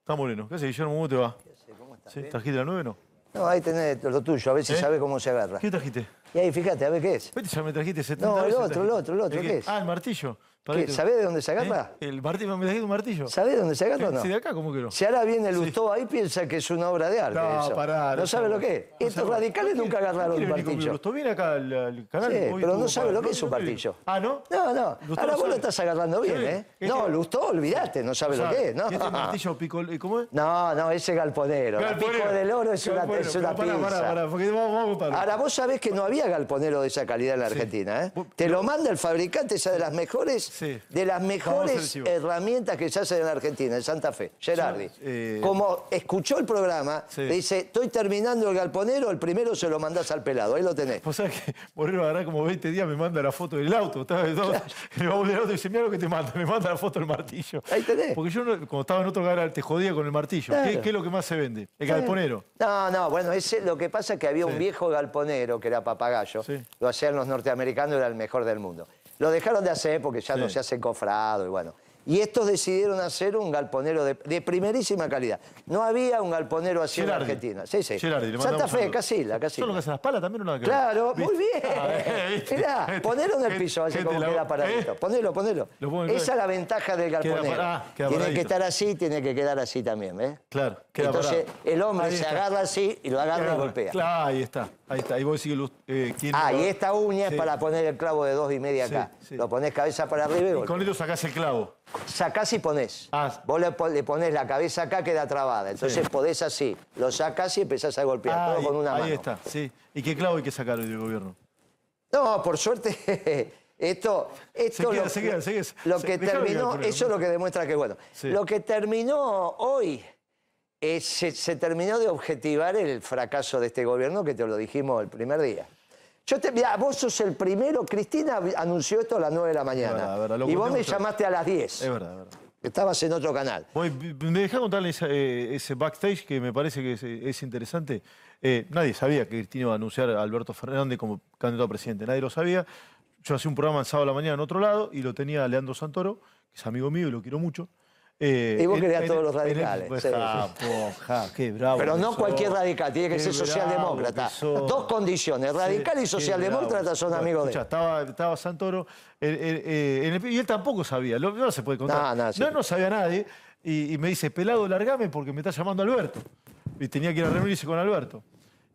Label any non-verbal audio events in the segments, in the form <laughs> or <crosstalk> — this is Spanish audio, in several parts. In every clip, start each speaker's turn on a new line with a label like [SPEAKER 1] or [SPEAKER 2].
[SPEAKER 1] Está Moreno. ¿Qué hace, Guillermo? ¿Cómo te va? Sí, ¿Trajiste la 9 no?
[SPEAKER 2] No, ahí tenés lo tuyo, a ver si
[SPEAKER 1] ¿Eh?
[SPEAKER 2] sabes cómo se agarra.
[SPEAKER 1] ¿Qué trajiste?
[SPEAKER 2] Y ahí fíjate, a ver qué es.
[SPEAKER 1] Vete, ya me trajiste 70
[SPEAKER 2] No, el
[SPEAKER 1] veces
[SPEAKER 2] otro,
[SPEAKER 1] trajiste.
[SPEAKER 2] el otro, el otro,
[SPEAKER 1] ¿El
[SPEAKER 2] ¿qué es?
[SPEAKER 1] Ah, el martillo. Pará
[SPEAKER 2] ¿Qué?
[SPEAKER 1] que te-
[SPEAKER 2] ¿Sabés de dónde se agarra?
[SPEAKER 1] ¿Eh? El martillo, me trajiste un martillo.
[SPEAKER 2] ¿Sabés de dónde se agarra o no?
[SPEAKER 1] <laughs> Sí, de acá, ¿cómo que no?
[SPEAKER 2] Si ahora viene Lustó ahí piensa que es una obra de arte.
[SPEAKER 3] No,
[SPEAKER 2] eso.
[SPEAKER 3] pará,
[SPEAKER 2] no
[SPEAKER 3] no
[SPEAKER 2] sabe lo que es. Estos radicales nunca agarraron un martillo.
[SPEAKER 1] Tú viene acá al, al canal.
[SPEAKER 2] Sí,
[SPEAKER 1] hoy
[SPEAKER 2] pero
[SPEAKER 1] estuvo
[SPEAKER 2] no sabe
[SPEAKER 1] para-
[SPEAKER 2] lo que es un
[SPEAKER 1] no te digo.
[SPEAKER 2] martillo.
[SPEAKER 1] Ah, ¿no?
[SPEAKER 2] No, no.
[SPEAKER 1] Lustó lo
[SPEAKER 2] Ahora vos lo
[SPEAKER 1] sabe.
[SPEAKER 2] estás agarrando bien,
[SPEAKER 1] Sí.
[SPEAKER 2] ¿eh?
[SPEAKER 1] Este-
[SPEAKER 2] No, Lustó, olvídate, no sabe lo
[SPEAKER 1] Sabe.
[SPEAKER 2] que es, ¿no?
[SPEAKER 1] Y este martillo picol... ¿Cómo es?
[SPEAKER 2] No, no, ese galponero. La pico del oro es una, es una
[SPEAKER 1] para,
[SPEAKER 2] pinza.
[SPEAKER 1] para, para, porque vamos, vamos para.
[SPEAKER 2] Ahora, vos sabés que no había galponero de esa calidad en la Argentina, ¿eh?
[SPEAKER 1] Vos-
[SPEAKER 2] Te lo manda el fabricante, esa de las mejores,
[SPEAKER 1] Sí.
[SPEAKER 2] de las
[SPEAKER 1] Vamos a
[SPEAKER 2] mejores
[SPEAKER 1] ser chivo.
[SPEAKER 2] herramientas que se hacen en la Argentina, en Santa Fe, Gerardi.
[SPEAKER 1] eh,
[SPEAKER 2] Como escuchó el programa,
[SPEAKER 1] Sí.
[SPEAKER 2] le dice, estoy terminando el galponero, el primero se lo mandás al pelado, ahí lo tenés.
[SPEAKER 1] Vos sabés que Moreno agarrá como 20 días me manda la foto del auto. Estaba, estaba en el baúl del auto y dice, mira lo que te manda, me manda la foto del martillo.
[SPEAKER 2] Ahí tenés.
[SPEAKER 1] Porque yo no- cuando estaba en otro lugar te jodía con el martillo. ¿Qué-
[SPEAKER 2] Claro.
[SPEAKER 1] ¿Qué, es lo que más se vende? El galponero.
[SPEAKER 2] No, no, bueno, ese, lo que pasa es que había un viejo galponero que era papagayo,
[SPEAKER 1] Sí.
[SPEAKER 2] lo hacían los norteamericanos, era el mejor del mundo. Lo dejaron de hacer porque ya no
[SPEAKER 1] Sí.
[SPEAKER 2] se hace cofrado y bueno. Y estos decidieron hacer un galponero de, de primerísima calidad. No había un galponero así en
[SPEAKER 1] Gerardi.
[SPEAKER 2] la Argentina. Sí, sí.
[SPEAKER 1] Gerardi, le mandamos
[SPEAKER 2] Santa Fe,
[SPEAKER 1] saludos.
[SPEAKER 2] Casilla,
[SPEAKER 1] ¿Son los que
[SPEAKER 2] Casilla.
[SPEAKER 1] hacen las palas también o nada que ver?
[SPEAKER 2] Claro, muy bien.
[SPEAKER 1] ¿Viste? Ah, ¿viste?
[SPEAKER 2] <laughs> Mirá, ponelo en el
[SPEAKER 1] Gente-
[SPEAKER 2] piso, así
[SPEAKER 1] gente
[SPEAKER 2] como
[SPEAKER 1] la-
[SPEAKER 2] queda paradito.
[SPEAKER 1] ¿Eh?
[SPEAKER 2] Ponelo, ponelo.
[SPEAKER 1] Lo pongo en-
[SPEAKER 2] Esa es la ventaja del
[SPEAKER 1] Queda
[SPEAKER 2] galponero.
[SPEAKER 1] para- ah, queda
[SPEAKER 2] tiene que
[SPEAKER 1] paradito.
[SPEAKER 2] estar así, tiene que quedar así también, ¿ves?
[SPEAKER 1] Claro, queda
[SPEAKER 2] Entonces,
[SPEAKER 1] parado.
[SPEAKER 2] el hombre
[SPEAKER 1] Ahí
[SPEAKER 2] se
[SPEAKER 1] está.
[SPEAKER 2] agarra así y lo agarra y
[SPEAKER 1] Claro,
[SPEAKER 2] golpea.
[SPEAKER 1] Claro, ahí está. Ahí está. Y vos decís que luz- eh, ¿quién
[SPEAKER 2] Ah,
[SPEAKER 1] lo-
[SPEAKER 2] y esta uña
[SPEAKER 1] Sí.
[SPEAKER 2] es para poner el clavo de dos y media
[SPEAKER 1] Sí,
[SPEAKER 2] acá.
[SPEAKER 1] sí.
[SPEAKER 2] Lo pones cabeza para arriba y
[SPEAKER 1] Y
[SPEAKER 2] golpeas.
[SPEAKER 1] con esto sacás el clavo.
[SPEAKER 2] Sacás y ponés.
[SPEAKER 1] Ah.
[SPEAKER 2] Vos le, pon- le ponés la cabeza acá, queda trabada. Entonces podés así. Lo sacás y empezás a golpear.
[SPEAKER 1] Ah,
[SPEAKER 2] todo
[SPEAKER 1] y-
[SPEAKER 2] con una
[SPEAKER 1] ahí
[SPEAKER 2] mano.
[SPEAKER 1] está, sí. ¿Y qué clavo hay que sacar hoy del gobierno?
[SPEAKER 2] No, por suerte, <laughs> esto, esto
[SPEAKER 1] queda,
[SPEAKER 2] lo,
[SPEAKER 1] se queda, se queda.
[SPEAKER 2] lo
[SPEAKER 1] Se-
[SPEAKER 2] que
[SPEAKER 1] dejalo que
[SPEAKER 2] terminó,
[SPEAKER 1] calcule, ¿no?
[SPEAKER 2] eso es lo que demuestra que bueno.
[SPEAKER 1] Sí.
[SPEAKER 2] Lo que terminó hoy eh, se, se terminó de objetivar el fracaso de este gobierno que te lo dijimos el primer día. Yo te, mirá, vos sos el primero, Cristina anunció esto a las 9 de la mañana.
[SPEAKER 1] verdad, es verdad, lo
[SPEAKER 2] y vos me
[SPEAKER 1] contamos todo.
[SPEAKER 2] llamaste a las 10.
[SPEAKER 1] Es verdad, es verdad.
[SPEAKER 2] Estabas en otro canal.
[SPEAKER 1] Voy- me dejá contarle esa- eh, ese backstage que me parece que es, es interesante. Eh, nadie sabía que Cristina iba a anunciar a Alberto Fernández como candidato a presidente. Nadie lo sabía. Yo hacía un programa el sábado a la mañana en otro lado y lo tenía a Leandro Santoro, que es amigo mío y lo quiero mucho. Eh,
[SPEAKER 2] Y vos
[SPEAKER 1] en-
[SPEAKER 2] querías
[SPEAKER 1] en-
[SPEAKER 2] todos los
[SPEAKER 1] en el-
[SPEAKER 2] radicales,
[SPEAKER 1] pues,
[SPEAKER 2] sí.
[SPEAKER 1] ja, po, ja, qué bravo.
[SPEAKER 2] Pero
[SPEAKER 1] que
[SPEAKER 2] no
[SPEAKER 1] sos,
[SPEAKER 2] cualquier radical, tiene que
[SPEAKER 1] qué
[SPEAKER 2] ser
[SPEAKER 1] bravo
[SPEAKER 2] socialdemócrata.
[SPEAKER 1] que sos.
[SPEAKER 2] Dos condiciones, radical y
[SPEAKER 1] Sí, qué
[SPEAKER 2] socialdemócrata
[SPEAKER 1] bravo.
[SPEAKER 2] son
[SPEAKER 1] Bueno,
[SPEAKER 2] amigos de
[SPEAKER 1] escuchá,
[SPEAKER 2] él.
[SPEAKER 1] Estaba, estaba Santoro eh, eh, eh, en el- y él tampoco sabía, lo- no se puede contar.
[SPEAKER 2] No, no, sí.
[SPEAKER 1] no sabía nadie. Y, y me dice, pelado, largame porque me está llamando Alberto. Y tenía que ir a reunirse con Alberto.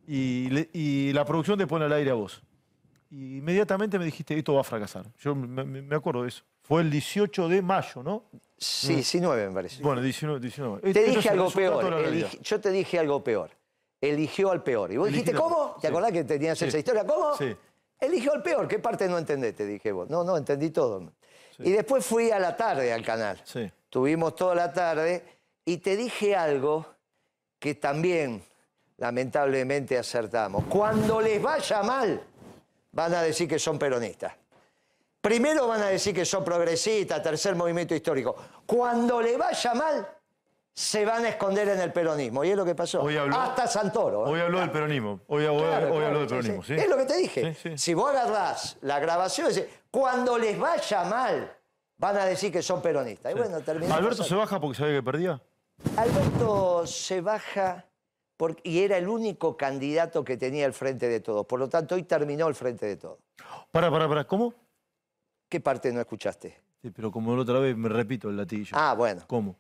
[SPEAKER 1] Y, le- y la producción te pone al aire a vos. Y inmediatamente me dijiste, esto va a fracasar. Yo me, me- me acuerdo de eso. Fue el 18 de mayo, ¿no?
[SPEAKER 2] Sí,
[SPEAKER 1] Mm.
[SPEAKER 2] sí, nueve me parece.
[SPEAKER 1] Bueno, 19. 19.
[SPEAKER 2] Te
[SPEAKER 1] Esto es
[SPEAKER 2] dije
[SPEAKER 1] el
[SPEAKER 2] algo
[SPEAKER 1] resultado de
[SPEAKER 2] peor.
[SPEAKER 1] la realidad.
[SPEAKER 2] eligi- yo te dije algo peor. Eligió al peor. Y vos
[SPEAKER 1] Eligió
[SPEAKER 2] dijiste,
[SPEAKER 1] al peor,
[SPEAKER 2] ¿cómo? ¿Te
[SPEAKER 1] sí.
[SPEAKER 2] acordás que tenías
[SPEAKER 1] Sí.
[SPEAKER 2] esa historia? ¿Cómo?
[SPEAKER 1] Sí.
[SPEAKER 2] Eligió al peor. ¿Qué parte no entendés? Te dije vos. No, no, entendí todo. Y después fui a la tarde al canal.
[SPEAKER 1] Sí.
[SPEAKER 2] Tuvimos toda la tarde y te dije algo que también, lamentablemente, acertamos. Cuando les vaya mal, van a decir que son peronistas. Primero van a decir que son progresistas, tercer movimiento histórico. Cuando le vaya mal, se van a esconder en el peronismo. Y es lo que pasó.
[SPEAKER 1] Hoy habló-
[SPEAKER 2] Hasta Santoro. ¿eh?
[SPEAKER 1] Hoy habló del peronismo. Hoy, hoy-
[SPEAKER 2] Claro,
[SPEAKER 1] hoy
[SPEAKER 2] claro,
[SPEAKER 1] habló del
[SPEAKER 2] sí,
[SPEAKER 1] peronismo,
[SPEAKER 2] sí.
[SPEAKER 1] ¿sí?
[SPEAKER 2] Es lo que te dije.
[SPEAKER 1] Sí, sí.
[SPEAKER 2] Si vos agarrás la grabación, dice, cuando les vaya mal, van a decir que son peronistas. Y bueno, terminó.
[SPEAKER 1] ¿Alberto se
[SPEAKER 2] pasando.
[SPEAKER 1] baja porque sabía que perdía?
[SPEAKER 2] Alberto se baja por- y era el único candidato que tenía el frente de todos. Por lo tanto, hoy terminó el frente de todos.
[SPEAKER 1] Para, para, para, ¿cómo?
[SPEAKER 2] ¿Qué parte no escuchaste?
[SPEAKER 1] Sí, pero como la otra vez me repito el latillo.
[SPEAKER 2] Ah, bueno.
[SPEAKER 1] ¿Cómo?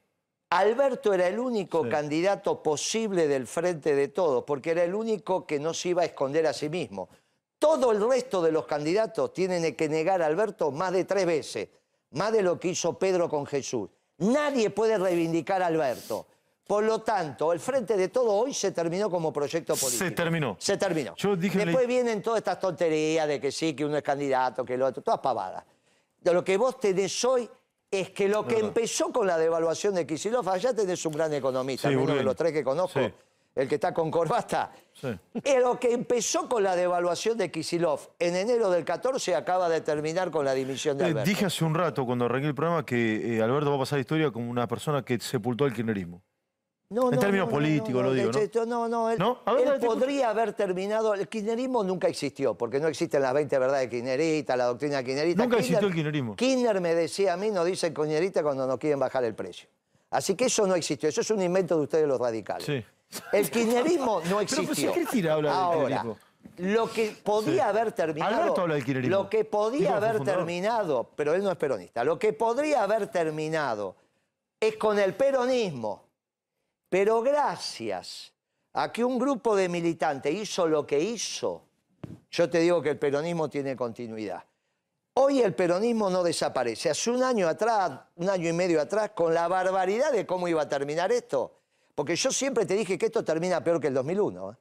[SPEAKER 2] Alberto era el único
[SPEAKER 1] Sí.
[SPEAKER 2] candidato posible del frente de todos, porque era el único que no se iba a esconder a sí mismo. Todo el resto de los candidatos tienen que negar a Alberto más de tres veces, más de lo que hizo Pedro con Jesús. Nadie puede reivindicar a Alberto. Por lo tanto, el frente de todos hoy se terminó como proyecto político.
[SPEAKER 1] Se terminó.
[SPEAKER 2] Se terminó.
[SPEAKER 1] Yo dije en la-
[SPEAKER 2] Después vienen todas estas tonterías de que sí, que uno es candidato, que el otro, todas pavadas. De lo que vos tenés hoy es que lo que
[SPEAKER 1] Verdad.
[SPEAKER 2] empezó con la devaluación de Kisilov, allá tenés un gran economista,
[SPEAKER 1] Sí,
[SPEAKER 2] uno de
[SPEAKER 1] Burgueño.
[SPEAKER 2] los tres que conozco,
[SPEAKER 1] Sí.
[SPEAKER 2] el que está con corbata.
[SPEAKER 1] Sí.
[SPEAKER 2] Eh, Lo que empezó con la devaluación de Kisilov en enero del 14 acaba de terminar con la dimisión de
[SPEAKER 1] Eh,
[SPEAKER 2] Alberto.
[SPEAKER 1] dije hace un rato, cuando arranqué el programa, que eh, Alberto va a pasar a la historia como una persona que sepultó el kirchnerismo.
[SPEAKER 2] No,
[SPEAKER 1] En términos políticos lo digo, ¿no?
[SPEAKER 2] de hecho, No, no, él,
[SPEAKER 1] ¿No? A ver,
[SPEAKER 2] él
[SPEAKER 1] dale, te
[SPEAKER 2] podría haber terminado. El kirchnerismo nunca existió, porque no existen las 20 verdades kirchneristas, la doctrina kirchnerista.
[SPEAKER 1] Nunca existió el kirchnerismo.
[SPEAKER 2] Kirchner me decía a mí, no dicen kirchnerista cuando no quieren bajar el precio. Así que eso no existió, eso es un invento de ustedes los radicales.
[SPEAKER 1] Sí.
[SPEAKER 2] El kirchnerismo no
[SPEAKER 1] Pero,
[SPEAKER 2] existió.
[SPEAKER 1] pues, si Cristina habla del
[SPEAKER 2] Ahora,
[SPEAKER 1] kirchnerismo.
[SPEAKER 2] lo que podía haber terminado...
[SPEAKER 1] Alberto habla del kirchnerismo.
[SPEAKER 2] Lo que
[SPEAKER 1] Tipo
[SPEAKER 2] podía haber
[SPEAKER 1] fundador.
[SPEAKER 2] terminado, pero él no es peronista, lo que podría haber terminado es con el peronismo. Pero gracias a que un grupo de militantes hizo lo que hizo, yo te digo que el peronismo tiene continuidad. Hoy el peronismo no desaparece. Hace un año atrás, un año y medio atrás, con la barbaridad de cómo iba a terminar esto, porque yo siempre te dije que esto termina peor que el 2001. ¿eh?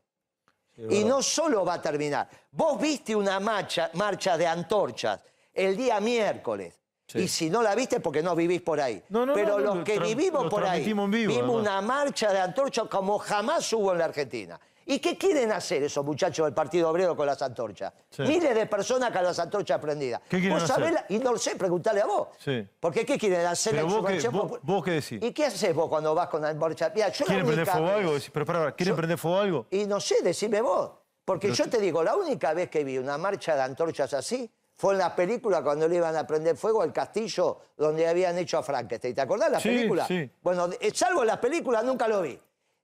[SPEAKER 2] Y no solo va a terminar. Vos viste una marcha, marcha de antorchas el día miércoles. Y si no la viste, porque no vivís por ahí.
[SPEAKER 1] No, no, no,
[SPEAKER 2] Pero
[SPEAKER 1] no,
[SPEAKER 2] los
[SPEAKER 1] lo
[SPEAKER 2] que
[SPEAKER 1] tra-
[SPEAKER 2] vivimos
[SPEAKER 1] lo
[SPEAKER 2] por ahí,
[SPEAKER 1] transmitimos en vivo,
[SPEAKER 2] vimos
[SPEAKER 1] además.
[SPEAKER 2] una marcha de antorchas como jamás hubo en la Argentina. ¿Y qué quieren hacer esos muchachos del Partido Obrero con las antorchas?
[SPEAKER 1] Sí.
[SPEAKER 2] Miles de personas con las antorchas prendidas.
[SPEAKER 1] ¿Qué quieren
[SPEAKER 2] ¿Vos
[SPEAKER 1] hacer?
[SPEAKER 2] sabés la- Y no lo sé, preguntale a vos.
[SPEAKER 1] Sí.
[SPEAKER 2] Porque ¿qué quieren hacer?
[SPEAKER 1] Pero vos
[SPEAKER 2] la
[SPEAKER 1] qué-
[SPEAKER 2] insurrección
[SPEAKER 1] vos-
[SPEAKER 2] popular?
[SPEAKER 1] vos qué decís.
[SPEAKER 2] ¿Y qué haces vos cuando vas con la marcha? Mira, yo la
[SPEAKER 1] ¿Quieren prender
[SPEAKER 2] única
[SPEAKER 1] fuego a
[SPEAKER 2] vez-
[SPEAKER 1] algo? Decís, Pero pará, pará, ¿quieren prender fuego a algo?
[SPEAKER 2] y no sé, decime vos. Porque yo te digo, la única vez que vi una marcha de antorchas así fue en las películas cuando le iban a prender fuego al castillo donde habían hecho a Frankenstein. ¿Te acordás la
[SPEAKER 1] Sí,
[SPEAKER 2] película?
[SPEAKER 1] sí.
[SPEAKER 2] Bueno, de- salvo en las películas nunca lo vi.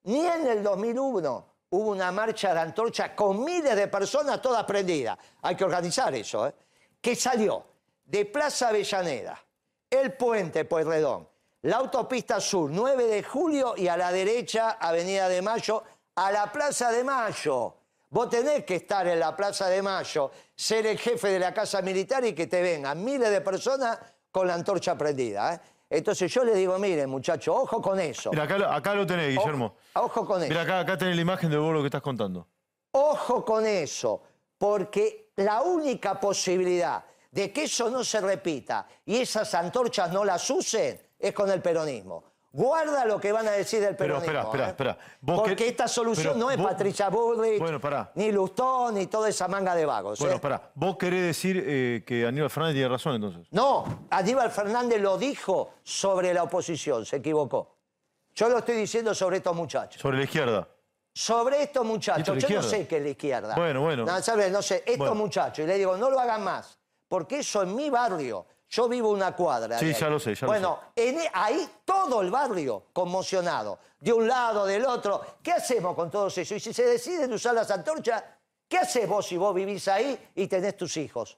[SPEAKER 2] Ni en el 2001 hubo una marcha de antorchas con miles de personas todas prendidas. Hay que organizar eso, ¿eh? Que salió de Plaza Avellaneda, el puente Pueyrredón, la autopista sur, 9 de julio y a la derecha, Avenida de Mayo, a la Plaza de Mayo. Vos tenés que estar en la Plaza de Mayo, ser el jefe de la Casa Militar y que te vengan miles de personas con la antorcha prendida. ¿eh? Entonces yo les digo, miren muchachos, ojo con eso.
[SPEAKER 1] Mira, acá, lo- acá lo tenés, Guillermo.
[SPEAKER 2] Ojo, ojo con eso.
[SPEAKER 1] Mira, acá, acá tenés la imagen de vos lo que estás contando.
[SPEAKER 2] Ojo con eso, porque la única posibilidad de que eso no se repita y esas antorchas no las usen es con el peronismo. Guarda lo que van a decir del
[SPEAKER 1] Pero,
[SPEAKER 2] peronismo.
[SPEAKER 1] espera,
[SPEAKER 2] ¿eh?
[SPEAKER 1] espera, espera. Vos
[SPEAKER 2] Porque
[SPEAKER 1] quer-
[SPEAKER 2] esta solución
[SPEAKER 1] pero
[SPEAKER 2] no es
[SPEAKER 1] vos-
[SPEAKER 2] Patricia Bullrich,
[SPEAKER 1] Bueno, pará.
[SPEAKER 2] ni Lustón, ni toda esa manga de vagos. ¿eh?
[SPEAKER 1] Bueno, pará. Vos querés decir eh, que Aníbal Fernández tiene razón, entonces.
[SPEAKER 2] No, Aníbal Fernández lo dijo sobre la oposición, se equivocó. Yo lo estoy diciendo sobre estos muchachos.
[SPEAKER 1] Sobre la izquierda.
[SPEAKER 2] sobre estos
[SPEAKER 1] Esto
[SPEAKER 2] muchachos.
[SPEAKER 1] es
[SPEAKER 2] Yo
[SPEAKER 1] la
[SPEAKER 2] no
[SPEAKER 1] izquierda.
[SPEAKER 2] sé qué es la izquierda.
[SPEAKER 1] Bueno, bueno.
[SPEAKER 2] No, ¿sabes? no sé, estos
[SPEAKER 1] Bueno.
[SPEAKER 2] muchachos. Y le digo, no lo hagan más, porque eso en mi barrio, yo vivo una cuadra.
[SPEAKER 1] Sí,
[SPEAKER 2] de ahí.
[SPEAKER 1] ya lo sé, ya lo
[SPEAKER 2] bueno, en e- ahí todo el barrio conmocionado, de un lado, del otro. ¿Qué hacemos con todos eso? Y si se deciden usar las antorchas, ¿qué haces vos si vos vivís ahí y tenés tus hijos?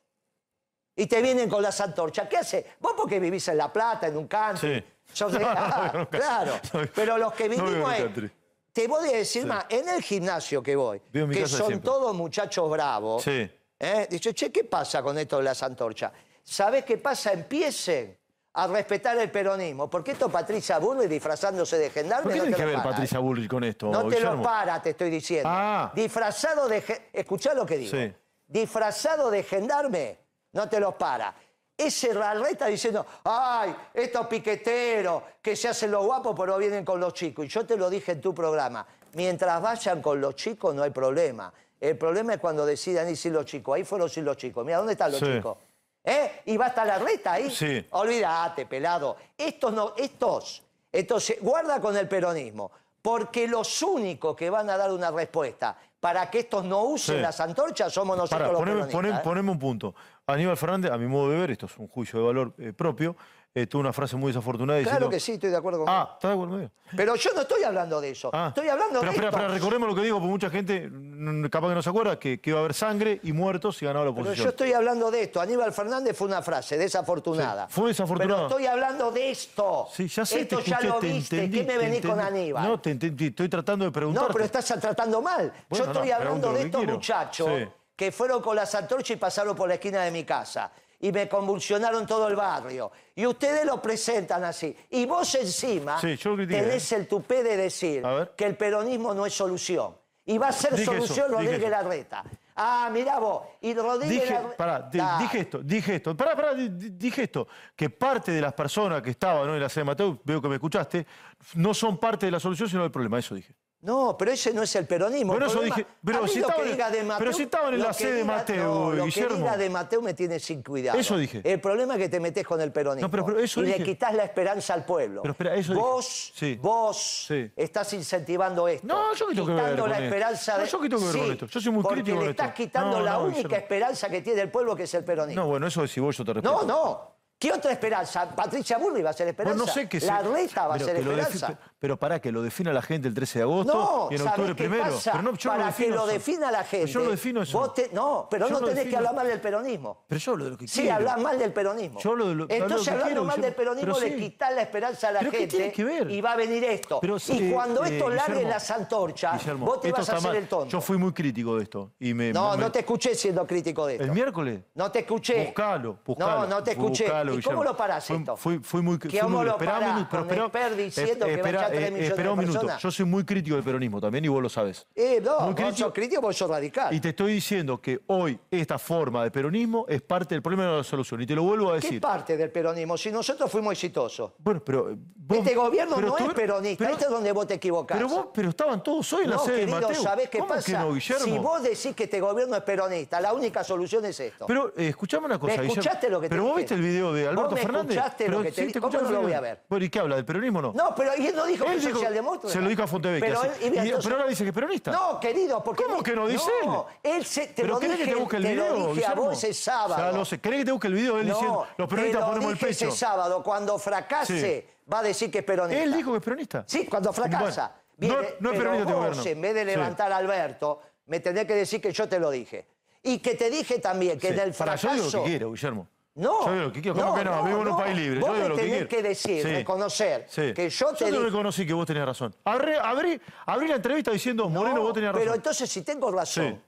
[SPEAKER 2] Y te vienen con las antorchas. ¿Qué haces? Vos porque vivís en La Plata, en un country.
[SPEAKER 1] Sí.
[SPEAKER 2] Yo sé-
[SPEAKER 1] <laughs> No, no,
[SPEAKER 2] <laughs>
[SPEAKER 1] no, no,
[SPEAKER 2] claro.
[SPEAKER 1] no,
[SPEAKER 2] Pero los que
[SPEAKER 1] no vivo en
[SPEAKER 2] vivimos
[SPEAKER 1] un
[SPEAKER 2] ahí-
[SPEAKER 1] country.
[SPEAKER 2] te voy a decir más, en el gimnasio que voy,
[SPEAKER 1] Veo mi
[SPEAKER 2] que
[SPEAKER 1] casa
[SPEAKER 2] son
[SPEAKER 1] siempre.
[SPEAKER 2] todos muchachos bravos,
[SPEAKER 1] Sí.
[SPEAKER 2] ¿eh? dice, che, ¿qué pasa con esto de las antorchas? ¿Sabés qué pasa? Empiecen a respetar el peronismo, porque esto Patricia Bullrich disfrazándose de
[SPEAKER 1] ¿Por
[SPEAKER 2] gendarme
[SPEAKER 1] qué
[SPEAKER 2] no
[SPEAKER 1] tiene que
[SPEAKER 2] te lo
[SPEAKER 1] ver
[SPEAKER 2] para,
[SPEAKER 1] Patricia
[SPEAKER 2] ¿eh?
[SPEAKER 1] Bullrich con esto,
[SPEAKER 2] No te lo
[SPEAKER 1] Guillermo?
[SPEAKER 2] para, te estoy diciendo.
[SPEAKER 1] Ah.
[SPEAKER 2] Disfrazado de... gen- Escuchá lo que digo.
[SPEAKER 1] Sí.
[SPEAKER 2] Disfrazado de gendarme, no te lo para. Ese ralreta diciendo, ay, estos piqueteros que se hacen los guapos pero vienen con los chicos. Y yo te lo dije en tu programa, mientras vayan con los chicos no hay problema. El problema es cuando decidan ir sin los chicos. Ahí fueron sin los chicos. Mira, ¿dónde están los
[SPEAKER 1] Sí.
[SPEAKER 2] chicos? ¿Eh? Y va a estar la reta ahí.
[SPEAKER 1] Sí.
[SPEAKER 2] Olvídate, pelado. Estos no, estos. Entonces, guarda con el peronismo, porque los únicos que van a dar una respuesta para que estos no usen
[SPEAKER 1] Sí.
[SPEAKER 2] las antorchas somos nosotros
[SPEAKER 1] Pará,
[SPEAKER 2] los
[SPEAKER 1] poneme,
[SPEAKER 2] peronistas.
[SPEAKER 1] poneme-
[SPEAKER 2] ¿eh?
[SPEAKER 1] poneme un punto. Aníbal Fernández, a mi modo de ver, esto es un juicio de valor eh, propio, eh, tuvo una frase muy desafortunada
[SPEAKER 2] Claro
[SPEAKER 1] diciendo...
[SPEAKER 2] que sí, estoy de acuerdo con
[SPEAKER 1] Ah, ¿estás de acuerdo conmigo?
[SPEAKER 2] Pero yo no estoy hablando de eso.
[SPEAKER 1] Ah.
[SPEAKER 2] Estoy hablando
[SPEAKER 1] pero,
[SPEAKER 2] de
[SPEAKER 1] espera,
[SPEAKER 2] esto.
[SPEAKER 1] espera, recordemos lo que digo, porque mucha gente mm, capaz que no se acuerda, que, que iba a haber sangre y muertos si ganaba la
[SPEAKER 2] Pero
[SPEAKER 1] oposición.
[SPEAKER 2] yo estoy hablando de esto. Aníbal Fernández fue una frase desafortunada.
[SPEAKER 1] Sí, fue desafortunada.
[SPEAKER 2] Pero estoy hablando de esto.
[SPEAKER 1] Sí, ya sé,
[SPEAKER 2] Esto
[SPEAKER 1] te
[SPEAKER 2] ya
[SPEAKER 1] escuché,
[SPEAKER 2] lo
[SPEAKER 1] te
[SPEAKER 2] viste.
[SPEAKER 1] entendí,
[SPEAKER 2] ¿Qué me
[SPEAKER 1] te
[SPEAKER 2] venís con
[SPEAKER 1] entendí.
[SPEAKER 2] Aníbal?
[SPEAKER 1] No, te entendí, estoy tratando de preguntarte.
[SPEAKER 2] No, pero estás tratando mal.
[SPEAKER 1] Bueno,
[SPEAKER 2] Yo estoy
[SPEAKER 1] no, pregunto
[SPEAKER 2] hablando
[SPEAKER 1] lo
[SPEAKER 2] de
[SPEAKER 1] que
[SPEAKER 2] estos
[SPEAKER 1] quiero.
[SPEAKER 2] muchachos
[SPEAKER 1] Sí.
[SPEAKER 2] que fueron con las antorchas y pasaron por la esquina de mi casa. Y me convulsionaron todo el barrio. Y ustedes lo presentan así. Y vos encima
[SPEAKER 1] Sí, yo lo critiqué, ¿eh?
[SPEAKER 2] tenés el tupé de decir
[SPEAKER 1] A ver.
[SPEAKER 2] que el peronismo no es solución. Y va a ser
[SPEAKER 1] Dije eso,
[SPEAKER 2] solución
[SPEAKER 1] dije
[SPEAKER 2] Rodríguez
[SPEAKER 1] eso.
[SPEAKER 2] Larreta. Ah, mirá vos. Y Rodríguez
[SPEAKER 1] Dije,
[SPEAKER 2] Larreta...
[SPEAKER 1] pará, di-
[SPEAKER 2] Dale.
[SPEAKER 1] dije esto, dije esto, pará, pará, di- di- dije esto, que parte de las personas que estaban hoy en la sede de Mateo, veo que me escuchaste, no son parte de la solución, sino del problema, eso dije.
[SPEAKER 2] No, pero ese no es el peronismo.
[SPEAKER 1] Bueno,
[SPEAKER 2] El
[SPEAKER 1] eso
[SPEAKER 2] problema-
[SPEAKER 1] dije, pero
[SPEAKER 2] a mí
[SPEAKER 1] si
[SPEAKER 2] lo que
[SPEAKER 1] estaban en-
[SPEAKER 2] diga de Mateo-
[SPEAKER 1] pero si estaban en
[SPEAKER 2] lo
[SPEAKER 1] la
[SPEAKER 2] que
[SPEAKER 1] sede de
[SPEAKER 2] diga-
[SPEAKER 1] Mateo,
[SPEAKER 2] no, lo
[SPEAKER 1] Guillermo.
[SPEAKER 2] que diga de Mateo me tiene sin cuidado.
[SPEAKER 1] Eso dije.
[SPEAKER 2] El problema es que te metes con el peronismo.
[SPEAKER 1] No, pero- pero eso
[SPEAKER 2] y le
[SPEAKER 1] dije.
[SPEAKER 2] quitas la esperanza al pueblo.
[SPEAKER 1] Pero espera, eso dije.
[SPEAKER 2] vos,
[SPEAKER 1] Sí.
[SPEAKER 2] vos
[SPEAKER 1] Sí.
[SPEAKER 2] estás incentivando esto.
[SPEAKER 1] No, yo qué tengo que ver
[SPEAKER 2] Quitando
[SPEAKER 1] con
[SPEAKER 2] la
[SPEAKER 1] esto.
[SPEAKER 2] esperanza
[SPEAKER 1] No,
[SPEAKER 2] de-
[SPEAKER 1] yo qué tengo que ver con
[SPEAKER 2] Sí,
[SPEAKER 1] esto. Yo soy muy
[SPEAKER 2] porque
[SPEAKER 1] crítico
[SPEAKER 2] le
[SPEAKER 1] con
[SPEAKER 2] estás
[SPEAKER 1] esto.
[SPEAKER 2] quitando
[SPEAKER 1] No,
[SPEAKER 2] la
[SPEAKER 1] no,
[SPEAKER 2] única
[SPEAKER 1] Guillermo.
[SPEAKER 2] esperanza que tiene el pueblo, que es el peronismo.
[SPEAKER 1] No, bueno, eso decís vos, yo te respeto.
[SPEAKER 2] No, no. ¿Qué otra esperanza? Patricia Burri va a ser esperanza.
[SPEAKER 1] Bueno, no sé qué se-
[SPEAKER 2] La reta va a
[SPEAKER 1] pero
[SPEAKER 2] ser
[SPEAKER 1] que lo defi-
[SPEAKER 2] esperanza.
[SPEAKER 1] Pero para que lo defina la gente el 13 de agosto
[SPEAKER 2] No,
[SPEAKER 1] y en
[SPEAKER 2] ¿sabés
[SPEAKER 1] octubre
[SPEAKER 2] qué
[SPEAKER 1] primero.
[SPEAKER 2] pasa?
[SPEAKER 1] Pero no, yo no
[SPEAKER 2] Para que
[SPEAKER 1] defino
[SPEAKER 2] lo
[SPEAKER 1] eso.
[SPEAKER 2] defina la
[SPEAKER 1] Pero
[SPEAKER 2] gente.
[SPEAKER 1] Yo lo defino eso.
[SPEAKER 2] vos te- no, pero
[SPEAKER 1] Yo
[SPEAKER 2] no
[SPEAKER 1] lo
[SPEAKER 2] tenés que
[SPEAKER 1] defino.
[SPEAKER 2] hablar mal del peronismo.
[SPEAKER 1] Pero yo hablo de lo que
[SPEAKER 2] Sí,
[SPEAKER 1] quiero.
[SPEAKER 2] hablas mal del peronismo.
[SPEAKER 1] Yo hablo de lo- hablo de lo
[SPEAKER 2] Entonces,
[SPEAKER 1] que
[SPEAKER 2] hablando
[SPEAKER 1] quiero,
[SPEAKER 2] mal
[SPEAKER 1] yo-
[SPEAKER 2] del peronismo,
[SPEAKER 1] pero
[SPEAKER 2] le
[SPEAKER 1] sí.
[SPEAKER 2] quitas la esperanza a la
[SPEAKER 1] ¿Pero qué
[SPEAKER 2] gente.
[SPEAKER 1] tiene que ver?
[SPEAKER 2] Y va a venir esto.
[SPEAKER 1] Pero
[SPEAKER 2] y
[SPEAKER 1] sí,
[SPEAKER 2] cuando
[SPEAKER 1] eh,
[SPEAKER 2] esto largue
[SPEAKER 1] Guillermo,
[SPEAKER 2] las antorchas,
[SPEAKER 1] Guillermo,
[SPEAKER 2] vos te
[SPEAKER 1] esto
[SPEAKER 2] vas a
[SPEAKER 1] está
[SPEAKER 2] hacer
[SPEAKER 1] mal.
[SPEAKER 2] el tonto.
[SPEAKER 1] Yo fui muy crítico de esto. Y me,
[SPEAKER 2] No,
[SPEAKER 1] me-
[SPEAKER 2] no te escuché siendo crítico de esto.
[SPEAKER 1] El miércoles.
[SPEAKER 2] No te escuché.
[SPEAKER 1] Buscalo, buscalo.
[SPEAKER 2] No, no te escuché.
[SPEAKER 1] Buscalo,
[SPEAKER 2] ¿Y cómo
[SPEAKER 1] Guillermo.
[SPEAKER 2] lo parás
[SPEAKER 1] Fui-
[SPEAKER 2] esto?
[SPEAKER 1] Fui, fui muy...
[SPEAKER 2] ¿Qué
[SPEAKER 1] fui muy-
[SPEAKER 2] cómo lo
[SPEAKER 1] esperá un
[SPEAKER 2] parás?
[SPEAKER 1] minuto, pero
[SPEAKER 2] Con el
[SPEAKER 1] esperá-
[SPEAKER 2] PER diciendo que va a
[SPEAKER 1] esperá,
[SPEAKER 2] echar tres
[SPEAKER 1] eh,
[SPEAKER 2] millones
[SPEAKER 1] esperá
[SPEAKER 2] de
[SPEAKER 1] un minuto.
[SPEAKER 2] personas.
[SPEAKER 1] Yo soy muy crítico del peronismo también y vos lo sabés.
[SPEAKER 2] Eh, no,
[SPEAKER 1] Muy
[SPEAKER 2] vos
[SPEAKER 1] crítico.
[SPEAKER 2] sos crítico, vos sos radical.
[SPEAKER 1] Y te estoy diciendo que hoy esta forma de peronismo es parte del problema de la solución. Y te lo vuelvo a
[SPEAKER 2] ¿Qué
[SPEAKER 1] decir.
[SPEAKER 2] parte del peronismo? Si nosotros fuimos exitosos.
[SPEAKER 1] Bueno, pero. eh, vos-
[SPEAKER 2] Este gobierno
[SPEAKER 1] pero
[SPEAKER 2] no
[SPEAKER 1] tú-
[SPEAKER 2] es peronista,
[SPEAKER 1] pero-
[SPEAKER 2] este es donde vos te equivocás.
[SPEAKER 1] Pero vos, pero estaban todos hoy en la
[SPEAKER 2] no,
[SPEAKER 1] sede de
[SPEAKER 2] querido,
[SPEAKER 1] Mateo.
[SPEAKER 2] ¿sabés qué
[SPEAKER 1] ¿Cómo
[SPEAKER 2] pasa?
[SPEAKER 1] que no, Guillermo?
[SPEAKER 2] Si vos decís que este gobierno es peronista, la única solución es esto.
[SPEAKER 1] Pero eh, escuchame una cosa,
[SPEAKER 2] ¿Me
[SPEAKER 1] Guillermo.
[SPEAKER 2] escuchaste lo que te
[SPEAKER 1] Pero vos
[SPEAKER 2] dije?
[SPEAKER 1] viste el video de
[SPEAKER 2] ¿Vos
[SPEAKER 1] Alberto
[SPEAKER 2] me
[SPEAKER 1] Fernández.
[SPEAKER 2] escuchaste lo
[SPEAKER 1] pero
[SPEAKER 2] que te
[SPEAKER 1] sí
[SPEAKER 2] dije? ¿Cómo
[SPEAKER 1] escuchaste
[SPEAKER 2] no lo voy a
[SPEAKER 1] Fernández.
[SPEAKER 2] ver?
[SPEAKER 1] Bueno, ¿y qué habla? ¿Del peronismo o no?
[SPEAKER 2] no, pero él no dijo que
[SPEAKER 1] Él
[SPEAKER 2] es
[SPEAKER 1] dijo-
[SPEAKER 2] socialdemócrata.
[SPEAKER 1] se lo dijo a Fontevecchia.
[SPEAKER 2] Pero,
[SPEAKER 1] sí.
[SPEAKER 2] él- y bien,
[SPEAKER 1] Y-
[SPEAKER 2] entonces-
[SPEAKER 1] pero ahora dice que es peronista.
[SPEAKER 2] No, querido, porque...
[SPEAKER 1] ¿Cómo que no dice
[SPEAKER 2] No, él se, te
[SPEAKER 1] ¿Pero
[SPEAKER 2] lo
[SPEAKER 1] querés
[SPEAKER 2] dije,
[SPEAKER 1] que te busque el
[SPEAKER 2] te
[SPEAKER 1] video,
[SPEAKER 2] lo dije a
[SPEAKER 1] Guillermo?
[SPEAKER 2] vos ese sábado.
[SPEAKER 1] Ya lo sé. ¿Querés que te busque el video de él diciendo los
[SPEAKER 2] te
[SPEAKER 1] peronistas
[SPEAKER 2] lo
[SPEAKER 1] ponemos el
[SPEAKER 2] dije
[SPEAKER 1] pecho?
[SPEAKER 2] ese sábado, cuando fracase, va a decir que es peronista.
[SPEAKER 1] Él dijo que es peronista.
[SPEAKER 2] Sí, cuando fracasa.
[SPEAKER 1] Bueno,
[SPEAKER 2] Viene,
[SPEAKER 1] no, no es
[SPEAKER 2] pero
[SPEAKER 1] peronista este
[SPEAKER 2] vos,
[SPEAKER 1] gobierno.
[SPEAKER 2] en vez de
[SPEAKER 1] Sí.
[SPEAKER 2] levantar a Alberto, me tenés que decir que yo te lo dije. Y que te dije también que
[SPEAKER 1] Sí.
[SPEAKER 2] en el
[SPEAKER 1] Pará, yo
[SPEAKER 2] fracaso...
[SPEAKER 1] digo lo que quiero, Guillermo.
[SPEAKER 2] No.
[SPEAKER 1] Yo digo lo que quiero. ¿Cómo que no? Vivo en un país libre.
[SPEAKER 2] Vos
[SPEAKER 1] yo digo
[SPEAKER 2] me
[SPEAKER 1] lo que
[SPEAKER 2] tenés
[SPEAKER 1] quiero.
[SPEAKER 2] que decir,
[SPEAKER 1] Sí.
[SPEAKER 2] reconocer
[SPEAKER 1] Sí.
[SPEAKER 2] que yo te
[SPEAKER 1] te
[SPEAKER 2] dije...
[SPEAKER 1] reconocí que vos tenías razón. Abrí, abrí, abrí la entrevista diciendo, Moreno,
[SPEAKER 2] No,
[SPEAKER 1] vos tenías razón.
[SPEAKER 2] Pero entonces, si tengo razón,
[SPEAKER 1] Sí.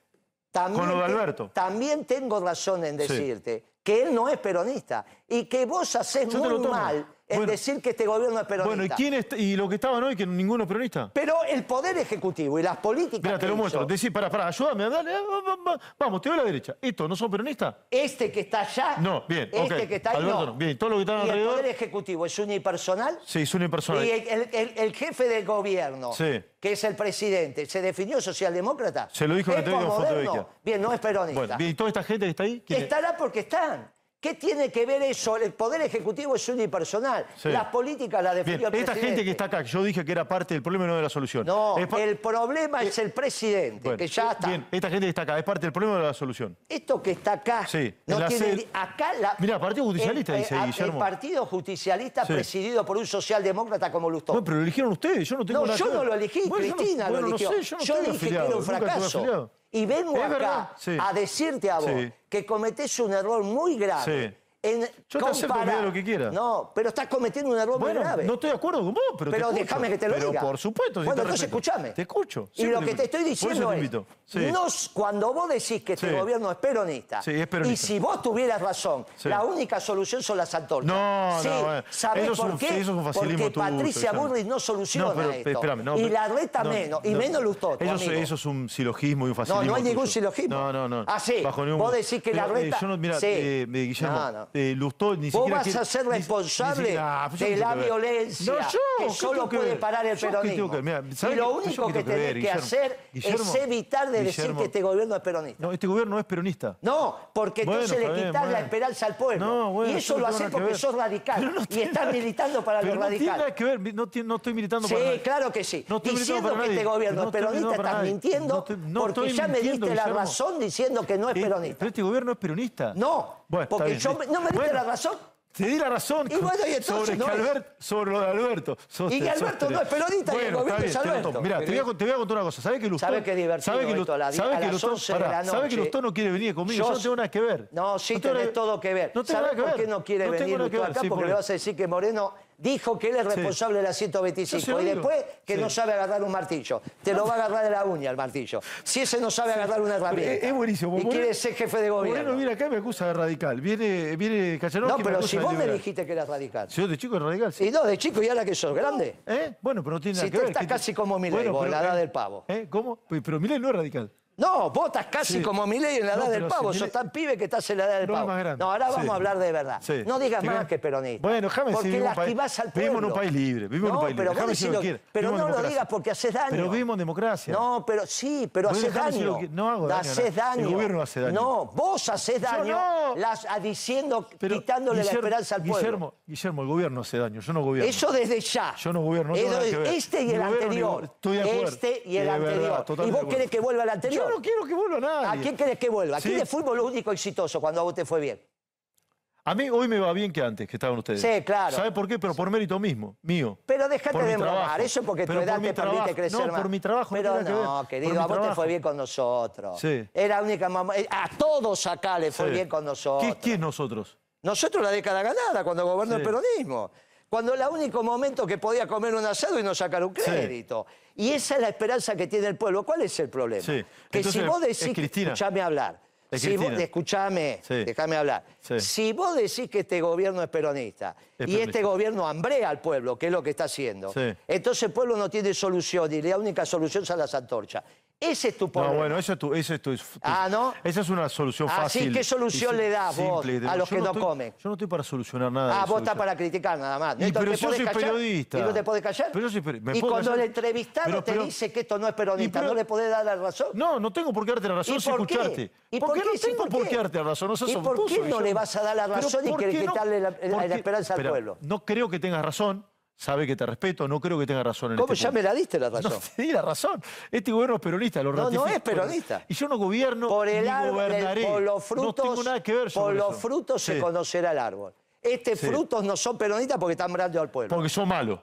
[SPEAKER 2] también,
[SPEAKER 1] Con lo de
[SPEAKER 2] te-
[SPEAKER 1] Alberto.
[SPEAKER 2] también tengo razón en decirte que él no es peronista y que vos hacés
[SPEAKER 1] Yo te lo
[SPEAKER 2] muy
[SPEAKER 1] tomo.
[SPEAKER 2] mal en
[SPEAKER 1] Bueno.
[SPEAKER 2] decir que este gobierno es peronista.
[SPEAKER 1] bueno, ¿y quién est- y lo que estaban hoy que ninguno es peronista?
[SPEAKER 2] Pero el Poder Ejecutivo y las políticas.
[SPEAKER 1] Mira, te
[SPEAKER 2] que
[SPEAKER 1] lo
[SPEAKER 2] hizo,
[SPEAKER 1] muestro. Decí, pará, pará, ayúdame, dale, va- va- va- vamos, te doy a la derecha. ¿Esto no son peronistas?
[SPEAKER 2] Este que está allá.
[SPEAKER 1] No, bien,
[SPEAKER 2] Este
[SPEAKER 1] ok.
[SPEAKER 2] que está ahí.
[SPEAKER 1] Alberto,
[SPEAKER 2] no.
[SPEAKER 1] no. Bien, todo lo que están
[SPEAKER 2] y
[SPEAKER 1] alrededor-
[SPEAKER 2] El Poder Ejecutivo es unipersonal.
[SPEAKER 1] Sí, es una impersonal.
[SPEAKER 2] Y el, el- el jefe del gobierno,
[SPEAKER 1] Sí.
[SPEAKER 2] que es el presidente, ¿se definió socialdemócrata?
[SPEAKER 1] Se lo dijo en
[SPEAKER 2] ¿Es
[SPEAKER 1] la entrevista con
[SPEAKER 2] posmoderno?
[SPEAKER 1] Fontevecchia.
[SPEAKER 2] Bien, no es peronista.
[SPEAKER 1] Bueno, bien, ¿y toda esta gente que está ahí? ¿Quién es?
[SPEAKER 2] Estará porque están. ¿Qué tiene que ver eso? El Poder Ejecutivo es unipersonal.
[SPEAKER 1] Sí.
[SPEAKER 2] Las políticas las definió
[SPEAKER 1] Bien,
[SPEAKER 2] el
[SPEAKER 1] esta gente que
[SPEAKER 2] presidente.
[SPEAKER 1] está acá, que yo dije que era parte del problema y no de la solución.
[SPEAKER 2] No,
[SPEAKER 1] Es pa-
[SPEAKER 2] el problema es el presidente,
[SPEAKER 1] Bueno, eh,
[SPEAKER 2] que ya está.
[SPEAKER 1] Bien, esta gente que está acá, ¿es parte del problema o de la solución?
[SPEAKER 2] Esto que está acá
[SPEAKER 1] Sí,
[SPEAKER 2] no
[SPEAKER 1] en la
[SPEAKER 2] tiene
[SPEAKER 1] sede-
[SPEAKER 2] ni- acá la
[SPEAKER 1] Mirá, Partido Justicialista
[SPEAKER 2] el,
[SPEAKER 1] dice
[SPEAKER 2] eh,
[SPEAKER 1] ahí,
[SPEAKER 2] el
[SPEAKER 1] Guillermo.
[SPEAKER 2] Partido Justicialista
[SPEAKER 1] Sí.
[SPEAKER 2] presidido por un socialdemócrata como Lustó.
[SPEAKER 1] Bueno, pero lo eligieron ustedes, yo no tengo
[SPEAKER 2] no,
[SPEAKER 1] nada
[SPEAKER 2] yo
[SPEAKER 1] que ver.
[SPEAKER 2] no lo elegí,
[SPEAKER 1] Bueno, yo no-
[SPEAKER 2] Cristina
[SPEAKER 1] bueno,
[SPEAKER 2] lo eligió.
[SPEAKER 1] No sé, yo no estoy
[SPEAKER 2] dije que era
[SPEAKER 1] afiliado,
[SPEAKER 2] un
[SPEAKER 1] nunca estuve
[SPEAKER 2] fracaso.
[SPEAKER 1] afiliado.
[SPEAKER 2] Y vengo
[SPEAKER 1] Es
[SPEAKER 2] acá
[SPEAKER 1] verdad, sí.
[SPEAKER 2] a decirte a vos
[SPEAKER 1] Sí.
[SPEAKER 2] que cometés un error muy grave.
[SPEAKER 1] Sí. Yo
[SPEAKER 2] En
[SPEAKER 1] te acepto que me diga
[SPEAKER 2] comparar-
[SPEAKER 1] lo que quiera.
[SPEAKER 2] No, pero estás cometiendo un error
[SPEAKER 1] Bueno,
[SPEAKER 2] muy grave.
[SPEAKER 1] no estoy de acuerdo con vos, pero te
[SPEAKER 2] Pero
[SPEAKER 1] escucho.
[SPEAKER 2] déjame que te lo
[SPEAKER 1] Pero
[SPEAKER 2] diga.
[SPEAKER 1] por supuesto. si
[SPEAKER 2] Bueno,
[SPEAKER 1] te
[SPEAKER 2] entonces
[SPEAKER 1] respeto.
[SPEAKER 2] escúchame.
[SPEAKER 1] Te escucho.
[SPEAKER 2] Y
[SPEAKER 1] siempre
[SPEAKER 2] lo que te estoy diciendo
[SPEAKER 1] Por eso te
[SPEAKER 2] es,
[SPEAKER 1] invito. Sí.
[SPEAKER 2] no s- cuando vos decís que este
[SPEAKER 1] Sí.
[SPEAKER 2] gobierno es peronista,
[SPEAKER 1] Sí, es peronista.
[SPEAKER 2] y si vos tuvieras razón,
[SPEAKER 1] Sí.
[SPEAKER 2] la única solución son las antorchas.
[SPEAKER 1] No,
[SPEAKER 2] sí,
[SPEAKER 1] no, bueno,
[SPEAKER 2] ¿sabés
[SPEAKER 1] eso es
[SPEAKER 2] por
[SPEAKER 1] un-
[SPEAKER 2] qué?
[SPEAKER 1] eso es un
[SPEAKER 2] Porque
[SPEAKER 1] facilismo tuyo,
[SPEAKER 2] Patricia
[SPEAKER 1] Guillermo.
[SPEAKER 2] Burris no soluciona
[SPEAKER 1] No, pero,
[SPEAKER 2] esto.
[SPEAKER 1] espérame, no,
[SPEAKER 2] y
[SPEAKER 1] pero-
[SPEAKER 2] la reta
[SPEAKER 1] no,
[SPEAKER 2] menos, y
[SPEAKER 1] no.
[SPEAKER 2] menos Lustó, tu
[SPEAKER 1] Eso, es-
[SPEAKER 2] amigo.
[SPEAKER 1] eso es un silogismo y un
[SPEAKER 2] No,
[SPEAKER 1] facilismo.
[SPEAKER 2] no hay ningún
[SPEAKER 1] tuyo.
[SPEAKER 2] silogismo.
[SPEAKER 1] No, no, no.
[SPEAKER 2] Ah, sí.
[SPEAKER 1] Bajo ningún-
[SPEAKER 2] Vos decís que
[SPEAKER 1] Mira,
[SPEAKER 2] la
[SPEAKER 1] eh,
[SPEAKER 2] reta-
[SPEAKER 1] yo no, mira,
[SPEAKER 2] Sí.
[SPEAKER 1] eh, eh, Guillermo,
[SPEAKER 2] No, no.
[SPEAKER 1] eh, Lustó ni
[SPEAKER 2] Vos
[SPEAKER 1] siquiera
[SPEAKER 2] vas
[SPEAKER 1] quiere-
[SPEAKER 2] a ser
[SPEAKER 1] ni- ni
[SPEAKER 2] responsable
[SPEAKER 1] siquiera- Ah, pues yo
[SPEAKER 2] de
[SPEAKER 1] no
[SPEAKER 2] la
[SPEAKER 1] tengo que ver.
[SPEAKER 2] violencia
[SPEAKER 1] No, yo,
[SPEAKER 2] que
[SPEAKER 1] ¿qué
[SPEAKER 2] solo
[SPEAKER 1] tengo que
[SPEAKER 2] puede
[SPEAKER 1] ver?
[SPEAKER 2] parar el
[SPEAKER 1] Yo, ¿qué tengo
[SPEAKER 2] peronismo.
[SPEAKER 1] que ver? Mira,
[SPEAKER 2] y
[SPEAKER 1] ¿sabes
[SPEAKER 2] lo
[SPEAKER 1] qué- yo
[SPEAKER 2] único
[SPEAKER 1] qué
[SPEAKER 2] que
[SPEAKER 1] tengo que
[SPEAKER 2] tenés
[SPEAKER 1] ver,
[SPEAKER 2] que
[SPEAKER 1] Guillermo?
[SPEAKER 2] hacer es
[SPEAKER 1] Guillermo,
[SPEAKER 2] evitar de decir
[SPEAKER 1] Guillermo.
[SPEAKER 2] que este gobierno es peronista.
[SPEAKER 1] No, este gobierno no es peronista.
[SPEAKER 2] No, porque
[SPEAKER 1] Bueno,
[SPEAKER 2] entonces
[SPEAKER 1] está
[SPEAKER 2] le
[SPEAKER 1] bien,
[SPEAKER 2] quitas la
[SPEAKER 1] bueno.
[SPEAKER 2] esperanza al pueblo.
[SPEAKER 1] No, bueno,
[SPEAKER 2] y eso
[SPEAKER 1] yo
[SPEAKER 2] lo
[SPEAKER 1] no tengo
[SPEAKER 2] haces
[SPEAKER 1] nada que
[SPEAKER 2] porque
[SPEAKER 1] ver.
[SPEAKER 2] sos radical.
[SPEAKER 1] Pero no
[SPEAKER 2] y
[SPEAKER 1] tiene
[SPEAKER 2] estás
[SPEAKER 1] <laughs> nada-
[SPEAKER 2] militando para
[SPEAKER 1] pero
[SPEAKER 2] los
[SPEAKER 1] no tiene
[SPEAKER 2] radicales.
[SPEAKER 1] nada que ver, mi- no, tiene- no estoy militando
[SPEAKER 2] Sí,
[SPEAKER 1] para nadie.
[SPEAKER 2] claro que sí.
[SPEAKER 1] No estoy militando
[SPEAKER 2] diciendo
[SPEAKER 1] para
[SPEAKER 2] que este
[SPEAKER 1] nadie.
[SPEAKER 2] gobierno
[SPEAKER 1] No
[SPEAKER 2] es
[SPEAKER 1] estoy
[SPEAKER 2] peronista,
[SPEAKER 1] militando para
[SPEAKER 2] estás
[SPEAKER 1] nadie.
[SPEAKER 2] mintiendo
[SPEAKER 1] No estoy- no
[SPEAKER 2] porque
[SPEAKER 1] estoy
[SPEAKER 2] ya me
[SPEAKER 1] mintiendo,
[SPEAKER 2] diste la
[SPEAKER 1] Guillermo.
[SPEAKER 2] razón diciendo que no es
[SPEAKER 1] Eh,
[SPEAKER 2] peronista.
[SPEAKER 1] Pero este gobierno es peronista.
[SPEAKER 2] No,
[SPEAKER 1] Bueno, está
[SPEAKER 2] porque
[SPEAKER 1] bien,
[SPEAKER 2] yo me-
[SPEAKER 1] listo.
[SPEAKER 2] no me diste
[SPEAKER 1] Bueno,
[SPEAKER 2] la razón.
[SPEAKER 1] Te di la razón
[SPEAKER 2] Y bueno, y entonces
[SPEAKER 1] sobre,
[SPEAKER 2] no
[SPEAKER 1] que
[SPEAKER 2] es.
[SPEAKER 1] Albert- sobre lo de Alberto. Sos-
[SPEAKER 2] Y que Alberto
[SPEAKER 1] sos-
[SPEAKER 2] no es peronista y el
[SPEAKER 1] bueno,
[SPEAKER 2] gobierno es Alberto.
[SPEAKER 1] Mira, te, voy a, con- te voy a contar una cosa. ¿Sabés que Lustó...
[SPEAKER 2] ¿Sabés qué divertido
[SPEAKER 1] sabés que
[SPEAKER 2] esto? A la-
[SPEAKER 1] sabés
[SPEAKER 2] a
[SPEAKER 1] que
[SPEAKER 2] las
[SPEAKER 1] Lustó-
[SPEAKER 2] 11 de la
[SPEAKER 1] pará, ¿Sabés que
[SPEAKER 2] noche?
[SPEAKER 1] Lustó no quiere venir conmigo? Yo,
[SPEAKER 2] Yo-
[SPEAKER 1] no tengo nada que ver.
[SPEAKER 2] No, sí,
[SPEAKER 1] tengo
[SPEAKER 2] tenés
[SPEAKER 1] nada-
[SPEAKER 2] todo que ver.
[SPEAKER 1] No tengo
[SPEAKER 2] ¿Sabés
[SPEAKER 1] nada que
[SPEAKER 2] por
[SPEAKER 1] ver.
[SPEAKER 2] qué no quiere
[SPEAKER 1] tengo
[SPEAKER 2] venir
[SPEAKER 1] nada que
[SPEAKER 2] Lustó
[SPEAKER 1] ver,
[SPEAKER 2] acá?
[SPEAKER 1] sí,
[SPEAKER 2] porque
[SPEAKER 1] por
[SPEAKER 2] le
[SPEAKER 1] eso.
[SPEAKER 2] vas a decir que Moreno dijo que él es responsable de la
[SPEAKER 1] Yo se
[SPEAKER 2] 125
[SPEAKER 1] lo
[SPEAKER 2] y
[SPEAKER 1] digo.
[SPEAKER 2] después que
[SPEAKER 1] Sí.
[SPEAKER 2] no sabe agarrar un martillo. Te lo va a agarrar de la uña el martillo. Si ese no sabe agarrar una herramienta.
[SPEAKER 1] eh, es- es buenísimo.
[SPEAKER 2] Y
[SPEAKER 1] Moreno-
[SPEAKER 2] quiere ser jefe de gobierno.
[SPEAKER 1] Moreno viene acá y me acusa de radical. Viene, viene Callarovsky
[SPEAKER 2] no,
[SPEAKER 1] y me
[SPEAKER 2] pero
[SPEAKER 1] acusa
[SPEAKER 2] si
[SPEAKER 1] de
[SPEAKER 2] vos me
[SPEAKER 1] liberal.
[SPEAKER 2] dijiste que eras radical.
[SPEAKER 1] Si yo de chico era radical, sí.
[SPEAKER 2] Y no, de chico y ahora que sos grande.
[SPEAKER 1] ¿Eh? Bueno, pero no tiene
[SPEAKER 2] Si
[SPEAKER 1] nada que
[SPEAKER 2] tú
[SPEAKER 1] ver.
[SPEAKER 2] estás
[SPEAKER 1] ¿Qué te-
[SPEAKER 2] casi como Milei, vos, la edad del pavo.
[SPEAKER 1] ¿Eh? ¿Cómo? Pe- Pero Milei no es radical.
[SPEAKER 2] No, vos estás casi
[SPEAKER 1] Sí.
[SPEAKER 2] como Milei en la
[SPEAKER 1] No,
[SPEAKER 2] edad del
[SPEAKER 1] pero si
[SPEAKER 2] pavo.
[SPEAKER 1] Milei-
[SPEAKER 2] Sos tan pibe que estás en la edad del
[SPEAKER 1] No, es
[SPEAKER 2] pavo.
[SPEAKER 1] más grande.
[SPEAKER 2] No, ahora vamos
[SPEAKER 1] Sí.
[SPEAKER 2] a hablar de verdad.
[SPEAKER 1] Sí.
[SPEAKER 2] No digas
[SPEAKER 1] Te
[SPEAKER 2] más
[SPEAKER 1] creo-
[SPEAKER 2] que peronista.
[SPEAKER 1] Bueno, déjame
[SPEAKER 2] Porque
[SPEAKER 1] decir, vivimos en un país-
[SPEAKER 2] lastimás al pueblo.
[SPEAKER 1] vivimos en un país libre, vivimos en un
[SPEAKER 2] No,
[SPEAKER 1] país libre.
[SPEAKER 2] Pero, vos
[SPEAKER 1] Déjame decir lo que
[SPEAKER 2] decilo-
[SPEAKER 1] quiera.
[SPEAKER 2] pero
[SPEAKER 1] Vivimos en
[SPEAKER 2] no lo
[SPEAKER 1] democracia.
[SPEAKER 2] digas porque haces daño.
[SPEAKER 1] Pero vivimos en democracia.
[SPEAKER 2] No, pero sí, pero
[SPEAKER 1] Vos
[SPEAKER 2] haces
[SPEAKER 1] dejame decir
[SPEAKER 2] daño.
[SPEAKER 1] lo que- no hago daño,
[SPEAKER 2] Hacés
[SPEAKER 1] nada.
[SPEAKER 2] daño.
[SPEAKER 1] El gobierno hace daño.
[SPEAKER 2] No, vos haces daño
[SPEAKER 1] no.
[SPEAKER 2] las, a- diciendo,
[SPEAKER 1] Pero,
[SPEAKER 2] quitándole la
[SPEAKER 1] Guillermo-
[SPEAKER 2] esperanza al pueblo.
[SPEAKER 1] Guillermo, Guillermo, el gobierno hace daño, yo no gobierno.
[SPEAKER 2] Eso desde ya.
[SPEAKER 1] Yo no gobierno, no
[SPEAKER 2] Eh,
[SPEAKER 1] tengo nada que ver.
[SPEAKER 2] Este y
[SPEAKER 1] Ni
[SPEAKER 2] el
[SPEAKER 1] gobierno, ni
[SPEAKER 2] anterior.
[SPEAKER 1] go- estoy de acuerdo.
[SPEAKER 2] Este y el
[SPEAKER 1] De verdad,
[SPEAKER 2] anterior. ¿Y
[SPEAKER 1] totalmente
[SPEAKER 2] vos
[SPEAKER 1] de
[SPEAKER 2] querés que vuelva el anterior?
[SPEAKER 1] Yo no quiero que vuelva nadie.
[SPEAKER 2] ¿A quién querés que vuelva? ¿A quién
[SPEAKER 1] Sí.
[SPEAKER 2] de fútbol lo único exitoso cuando a vos te fue bien?
[SPEAKER 1] A mí hoy me va bien que antes, que estaban ustedes.
[SPEAKER 2] Sí, claro.
[SPEAKER 1] ¿Sabe por qué? Pero por mérito mismo, mío.
[SPEAKER 2] Pero déjate
[SPEAKER 1] Por mi
[SPEAKER 2] de bromar,
[SPEAKER 1] trabajo.
[SPEAKER 2] eso porque
[SPEAKER 1] Pero
[SPEAKER 2] tu edad
[SPEAKER 1] por mi
[SPEAKER 2] te permite
[SPEAKER 1] trabajo.
[SPEAKER 2] crecer
[SPEAKER 1] No,
[SPEAKER 2] más.
[SPEAKER 1] por mi trabajo, no
[SPEAKER 2] Pero
[SPEAKER 1] tiene nada que
[SPEAKER 2] no,
[SPEAKER 1] ver.
[SPEAKER 2] querido,
[SPEAKER 1] Por mi
[SPEAKER 2] a vos te fue
[SPEAKER 1] trabajo.
[SPEAKER 2] bien con nosotros.
[SPEAKER 1] Sí.
[SPEAKER 2] Era única mamá. eh, A todos acá le fue
[SPEAKER 1] Sí.
[SPEAKER 2] bien con nosotros.
[SPEAKER 1] ¿Qué, ¿Quién nosotros?
[SPEAKER 2] Nosotros la década ganada, cuando gobernó el
[SPEAKER 1] Sí.
[SPEAKER 2] peronismo. Cuando el único momento que podía comer un asado y no sacar un crédito. Y esa es la esperanza que tiene el pueblo. ¿Cuál es el problema?
[SPEAKER 1] Sí.
[SPEAKER 2] Que si
[SPEAKER 1] Entonces,
[SPEAKER 2] vos
[SPEAKER 1] es
[SPEAKER 2] decís,
[SPEAKER 1] Cristina.
[SPEAKER 2] escuchame hablar.
[SPEAKER 1] Es
[SPEAKER 2] Si vos,
[SPEAKER 1] Cristina.
[SPEAKER 2] escuchame,
[SPEAKER 1] Sí.
[SPEAKER 2] déjame hablar.
[SPEAKER 1] Sí.
[SPEAKER 2] Si vos decís que este gobierno es peronista
[SPEAKER 1] Es
[SPEAKER 2] y este
[SPEAKER 1] peronista.
[SPEAKER 2] gobierno hambrea al pueblo, que es lo que está haciendo,
[SPEAKER 1] Sí.
[SPEAKER 2] entonces el pueblo no tiene solución y la única solución son las antorchas. Ese es tu problema.
[SPEAKER 1] No, bueno, eso es tu, eso es tu- tu-
[SPEAKER 2] Ah, ¿no?
[SPEAKER 1] Esa es una solución
[SPEAKER 2] Ah, sí,
[SPEAKER 1] fácil.
[SPEAKER 2] ¿qué solución
[SPEAKER 1] y
[SPEAKER 2] le das vos
[SPEAKER 1] simple.
[SPEAKER 2] a los
[SPEAKER 1] Yo
[SPEAKER 2] que no
[SPEAKER 1] estoy-
[SPEAKER 2] comen?
[SPEAKER 1] Yo no estoy para solucionar nada.
[SPEAKER 2] Ah,
[SPEAKER 1] de
[SPEAKER 2] vos estás
[SPEAKER 1] solución.
[SPEAKER 2] para criticar nada más.
[SPEAKER 1] Y, pero
[SPEAKER 2] ¿te
[SPEAKER 1] yo
[SPEAKER 2] podés
[SPEAKER 1] soy
[SPEAKER 2] callar?
[SPEAKER 1] periodista.
[SPEAKER 2] ¿Y no te podés callar?
[SPEAKER 1] Pero yo soy peri- me
[SPEAKER 2] y
[SPEAKER 1] puedo
[SPEAKER 2] cuando
[SPEAKER 1] callar.
[SPEAKER 2] el entrevistado
[SPEAKER 1] Pero-
[SPEAKER 2] te
[SPEAKER 1] pero-
[SPEAKER 2] dice que esto no es peronista,
[SPEAKER 1] Y pero-
[SPEAKER 2] ¿no le podés dar la razón?
[SPEAKER 1] No, no tengo por qué darte la razón
[SPEAKER 2] ¿Y
[SPEAKER 1] sin
[SPEAKER 2] por qué?
[SPEAKER 1] escucharte.
[SPEAKER 2] ¿Y
[SPEAKER 1] ¿Por,
[SPEAKER 2] por
[SPEAKER 1] qué,
[SPEAKER 2] qué?
[SPEAKER 1] no
[SPEAKER 2] Sí,
[SPEAKER 1] tengo
[SPEAKER 2] ¿por
[SPEAKER 1] por
[SPEAKER 2] qué?
[SPEAKER 1] qué darte la razón? No seas
[SPEAKER 2] ¿Y por qué
[SPEAKER 1] obtuso,
[SPEAKER 2] no
[SPEAKER 1] Guillermo.
[SPEAKER 2] le vas a dar la
[SPEAKER 1] Pero
[SPEAKER 2] razón y
[SPEAKER 1] ¿por
[SPEAKER 2] querés
[SPEAKER 1] qué no?
[SPEAKER 2] quitarle la- la-
[SPEAKER 1] ¿Por
[SPEAKER 2] la
[SPEAKER 1] qué?
[SPEAKER 2] esperanza al
[SPEAKER 1] Espera,
[SPEAKER 2] pueblo?
[SPEAKER 1] No creo que tengas razón. Sabe que te respeto, no creo que tengas razón en
[SPEAKER 2] ¿Cómo
[SPEAKER 1] este
[SPEAKER 2] ya
[SPEAKER 1] punto.
[SPEAKER 2] me la diste la razón?
[SPEAKER 1] No, te di la razón. Este gobierno es peronista, lo
[SPEAKER 2] No, no
[SPEAKER 1] ratifico.
[SPEAKER 2] es peronista.
[SPEAKER 1] Y yo no gobierno
[SPEAKER 2] por el
[SPEAKER 1] ni
[SPEAKER 2] árbol, el-
[SPEAKER 1] gobernaré.
[SPEAKER 2] por los frutos,
[SPEAKER 1] no tengo nada que ver yo
[SPEAKER 2] por
[SPEAKER 1] con
[SPEAKER 2] los
[SPEAKER 1] eso.
[SPEAKER 2] frutos se
[SPEAKER 1] Sí,
[SPEAKER 2] conocerá el árbol. Estos
[SPEAKER 1] Sí.
[SPEAKER 2] frutos no son peronistas porque están brando al pueblo.
[SPEAKER 1] Porque son malos.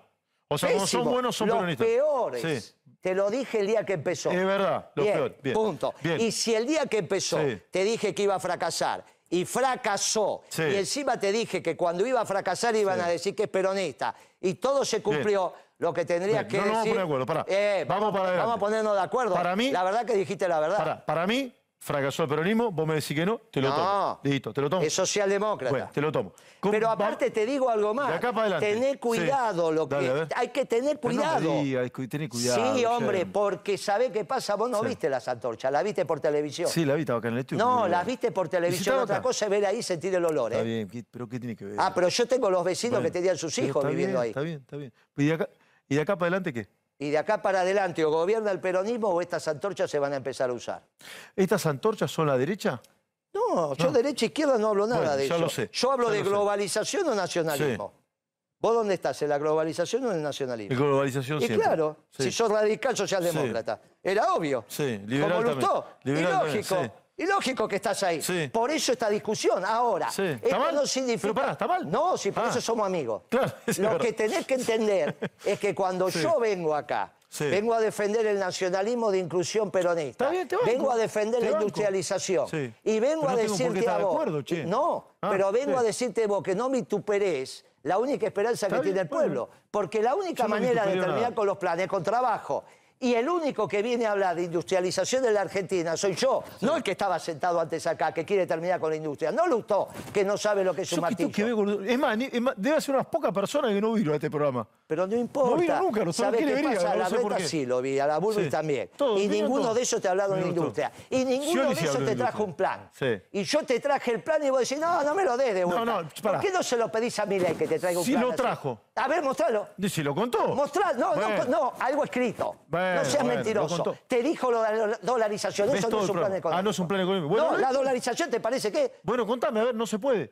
[SPEAKER 1] O sea, como son
[SPEAKER 2] Pésimo.
[SPEAKER 1] buenos, son
[SPEAKER 2] los
[SPEAKER 1] peronistas.
[SPEAKER 2] peores.
[SPEAKER 1] Sí.
[SPEAKER 2] Te lo dije el día que empezó.
[SPEAKER 1] Es verdad, los
[SPEAKER 2] Bien,
[SPEAKER 1] peores. Bien.
[SPEAKER 2] Punto.
[SPEAKER 1] Bien.
[SPEAKER 2] Y si el día que empezó
[SPEAKER 1] Sí.
[SPEAKER 2] te dije que iba a fracasar y fracasó,
[SPEAKER 1] Sí.
[SPEAKER 2] y encima te dije que cuando iba a fracasar iban
[SPEAKER 1] Sí.
[SPEAKER 2] a decir que es peronista, y todo se cumplió, lo que tendrías
[SPEAKER 1] Bien,
[SPEAKER 2] que
[SPEAKER 1] no nos vamos a
[SPEAKER 2] decir. Eh,
[SPEAKER 1] poner de acuerdo, pará. Vamos
[SPEAKER 2] vamos,
[SPEAKER 1] para adelante.
[SPEAKER 2] vamos a ponernos de acuerdo.
[SPEAKER 1] Para mí-
[SPEAKER 2] La verdad que dijiste la verdad.
[SPEAKER 1] Para, para mí, fracasó el peronismo, vos me decís que no, te lo
[SPEAKER 2] No.
[SPEAKER 1] tomo. Listo, te lo tomo.
[SPEAKER 2] Es socialdemócrata.
[SPEAKER 1] Bueno, te lo tomo. Com-
[SPEAKER 2] Pero
[SPEAKER 1] va-
[SPEAKER 2] aparte te digo algo más.
[SPEAKER 1] De acá para adelante.
[SPEAKER 2] Tener cuidado,
[SPEAKER 1] Sí.
[SPEAKER 2] lo que
[SPEAKER 1] Dale, a ver.
[SPEAKER 2] hay que tener
[SPEAKER 1] Pero no me
[SPEAKER 2] cuidado.
[SPEAKER 1] diga, hay que tener cuidado,
[SPEAKER 2] Sí, hombre,
[SPEAKER 1] Guillermo.
[SPEAKER 2] porque sabés qué pasa, vos no
[SPEAKER 1] Sí.
[SPEAKER 2] viste las antorchas, las viste por televisión.
[SPEAKER 1] Sí, la vi, estaba acá en el estudio.
[SPEAKER 2] no,
[SPEAKER 1] boludo.
[SPEAKER 2] las viste
[SPEAKER 1] ¿Y
[SPEAKER 2] por
[SPEAKER 1] si
[SPEAKER 2] televisión.
[SPEAKER 1] estaba
[SPEAKER 2] Otra
[SPEAKER 1] acá?
[SPEAKER 2] cosa es ver ahí y sentir el olor,
[SPEAKER 1] Está
[SPEAKER 2] ¿eh?
[SPEAKER 1] bien, ¿qué- pero ¿qué tiene que ver?
[SPEAKER 2] Ah, pero yo tengo los vecinos
[SPEAKER 1] Bueno,
[SPEAKER 2] que tenían sus
[SPEAKER 1] pero
[SPEAKER 2] hijos
[SPEAKER 1] está
[SPEAKER 2] viviendo
[SPEAKER 1] bien,
[SPEAKER 2] ahí.
[SPEAKER 1] Está bien, está bien. Pues, ¿Y de acá, y de acá para adelante qué?
[SPEAKER 2] Y de acá para adelante, o gobierna el peronismo o estas antorchas se van a empezar a usar.
[SPEAKER 1] ¿Estas antorchas son la derecha?
[SPEAKER 2] No, yo
[SPEAKER 1] No.
[SPEAKER 2] derecha e izquierda no hablo nada
[SPEAKER 1] Bueno,
[SPEAKER 2] de
[SPEAKER 1] ya
[SPEAKER 2] eso.
[SPEAKER 1] lo sé,
[SPEAKER 2] Yo hablo
[SPEAKER 1] ya
[SPEAKER 2] de
[SPEAKER 1] lo sé.
[SPEAKER 2] globalización o nacionalismo. ¿Vos dónde estás? ¿En la globalización o en el nacionalismo?
[SPEAKER 1] La globalización
[SPEAKER 2] Y
[SPEAKER 1] siempre.
[SPEAKER 2] claro,
[SPEAKER 1] Sí.
[SPEAKER 2] si sos radical, socialdemócrata. Era obvio.
[SPEAKER 1] Sí, liberal
[SPEAKER 2] Como
[SPEAKER 1] también.
[SPEAKER 2] Lustó.
[SPEAKER 1] Liberal
[SPEAKER 2] y
[SPEAKER 1] también,
[SPEAKER 2] lógico.
[SPEAKER 1] sí.
[SPEAKER 2] Y lógico que estás ahí.
[SPEAKER 1] Sí.
[SPEAKER 2] Por eso esta discusión ahora.
[SPEAKER 1] Sí. ¿Está
[SPEAKER 2] Esto
[SPEAKER 1] mal?
[SPEAKER 2] no significa...
[SPEAKER 1] Pero pará, ¿está mal?
[SPEAKER 2] No, sí, por
[SPEAKER 1] Ah.
[SPEAKER 2] eso somos amigos.
[SPEAKER 1] Claro, <laughs> es
[SPEAKER 2] Lo
[SPEAKER 1] verdad.
[SPEAKER 2] que tenés que
[SPEAKER 1] <laughs>
[SPEAKER 2] entender es que cuando
[SPEAKER 1] Sí.
[SPEAKER 2] yo vengo acá,
[SPEAKER 1] Sí.
[SPEAKER 2] vengo a defender el nacionalismo de inclusión peronista.
[SPEAKER 1] Está bien, te banco,
[SPEAKER 2] vengo a defender
[SPEAKER 1] te
[SPEAKER 2] la
[SPEAKER 1] banco.
[SPEAKER 2] industrialización.
[SPEAKER 1] Sí.
[SPEAKER 2] Y vengo
[SPEAKER 1] Pero
[SPEAKER 2] a
[SPEAKER 1] no tengo por qué
[SPEAKER 2] decirte a
[SPEAKER 1] estar de
[SPEAKER 2] vos...
[SPEAKER 1] acuerdo, che.
[SPEAKER 2] No,
[SPEAKER 1] Ah,
[SPEAKER 2] pero vengo
[SPEAKER 1] sí.
[SPEAKER 2] a decirte vos que no me tuperés la única esperanza
[SPEAKER 1] Está
[SPEAKER 2] que
[SPEAKER 1] bien,
[SPEAKER 2] tiene el
[SPEAKER 1] bueno.
[SPEAKER 2] pueblo. Porque la única
[SPEAKER 1] Yo no
[SPEAKER 2] manera de
[SPEAKER 1] discutiría
[SPEAKER 2] terminar
[SPEAKER 1] nada.
[SPEAKER 2] con los planes es con trabajo. Y el único que viene a hablar de industrialización de la Argentina soy yo, no el que estaba sentado antes acá, que quiere terminar con la industria. No Lustó, que no sabe lo que es un
[SPEAKER 1] Yo que tengo que ver,
[SPEAKER 2] martillo.
[SPEAKER 1] boludo. Es más, ni- es más, debe ser unas pocas personas que no vino a este programa.
[SPEAKER 2] Pero no
[SPEAKER 1] No
[SPEAKER 2] importa.
[SPEAKER 1] vino nunca, Lustó, no
[SPEAKER 2] ¿Sabés
[SPEAKER 1] quiere
[SPEAKER 2] qué
[SPEAKER 1] venir,
[SPEAKER 2] pasa? A
[SPEAKER 1] no
[SPEAKER 2] la
[SPEAKER 1] sé por
[SPEAKER 2] reta
[SPEAKER 1] qué.
[SPEAKER 2] sí lo vi, a la Burbi
[SPEAKER 1] Sí.
[SPEAKER 2] también.
[SPEAKER 1] Todos,
[SPEAKER 2] y
[SPEAKER 1] vinieron
[SPEAKER 2] ninguno
[SPEAKER 1] todos.
[SPEAKER 2] de ellos te ha hablado de
[SPEAKER 1] Vinieron
[SPEAKER 2] industria.
[SPEAKER 1] todos.
[SPEAKER 2] Y ninguno
[SPEAKER 1] Scioli
[SPEAKER 2] de
[SPEAKER 1] sí
[SPEAKER 2] ellos
[SPEAKER 1] habló
[SPEAKER 2] te
[SPEAKER 1] de industria.
[SPEAKER 2] trajo un plan.
[SPEAKER 1] Sí.
[SPEAKER 2] Y yo te traje el plan y vos decís, no, no me lo des de vuelta.
[SPEAKER 1] no,
[SPEAKER 2] ¿Por
[SPEAKER 1] pará.
[SPEAKER 2] qué no se lo pedís a Milei que te traiga un
[SPEAKER 1] Sí
[SPEAKER 2] plan?
[SPEAKER 1] lo
[SPEAKER 2] así?
[SPEAKER 1] trajo.
[SPEAKER 2] A ver, mostralo.
[SPEAKER 1] ¿Y si lo contó?
[SPEAKER 2] Mostrar, no,
[SPEAKER 1] Bueno.
[SPEAKER 2] no, no, algo escrito.
[SPEAKER 1] Bueno,
[SPEAKER 2] no seas
[SPEAKER 1] bueno, lo
[SPEAKER 2] mentiroso.
[SPEAKER 1] contó.
[SPEAKER 2] Te dijo lo de la dolarización,
[SPEAKER 1] ¿Ves
[SPEAKER 2] eso no
[SPEAKER 1] todo
[SPEAKER 2] es
[SPEAKER 1] el
[SPEAKER 2] un plan
[SPEAKER 1] programa?
[SPEAKER 2] económico.
[SPEAKER 1] Ah, no es un plan económico. Bueno,
[SPEAKER 2] no,
[SPEAKER 1] ¿ves?
[SPEAKER 2] la dolarización te parece que...
[SPEAKER 1] Bueno, contame, a ver, no se puede.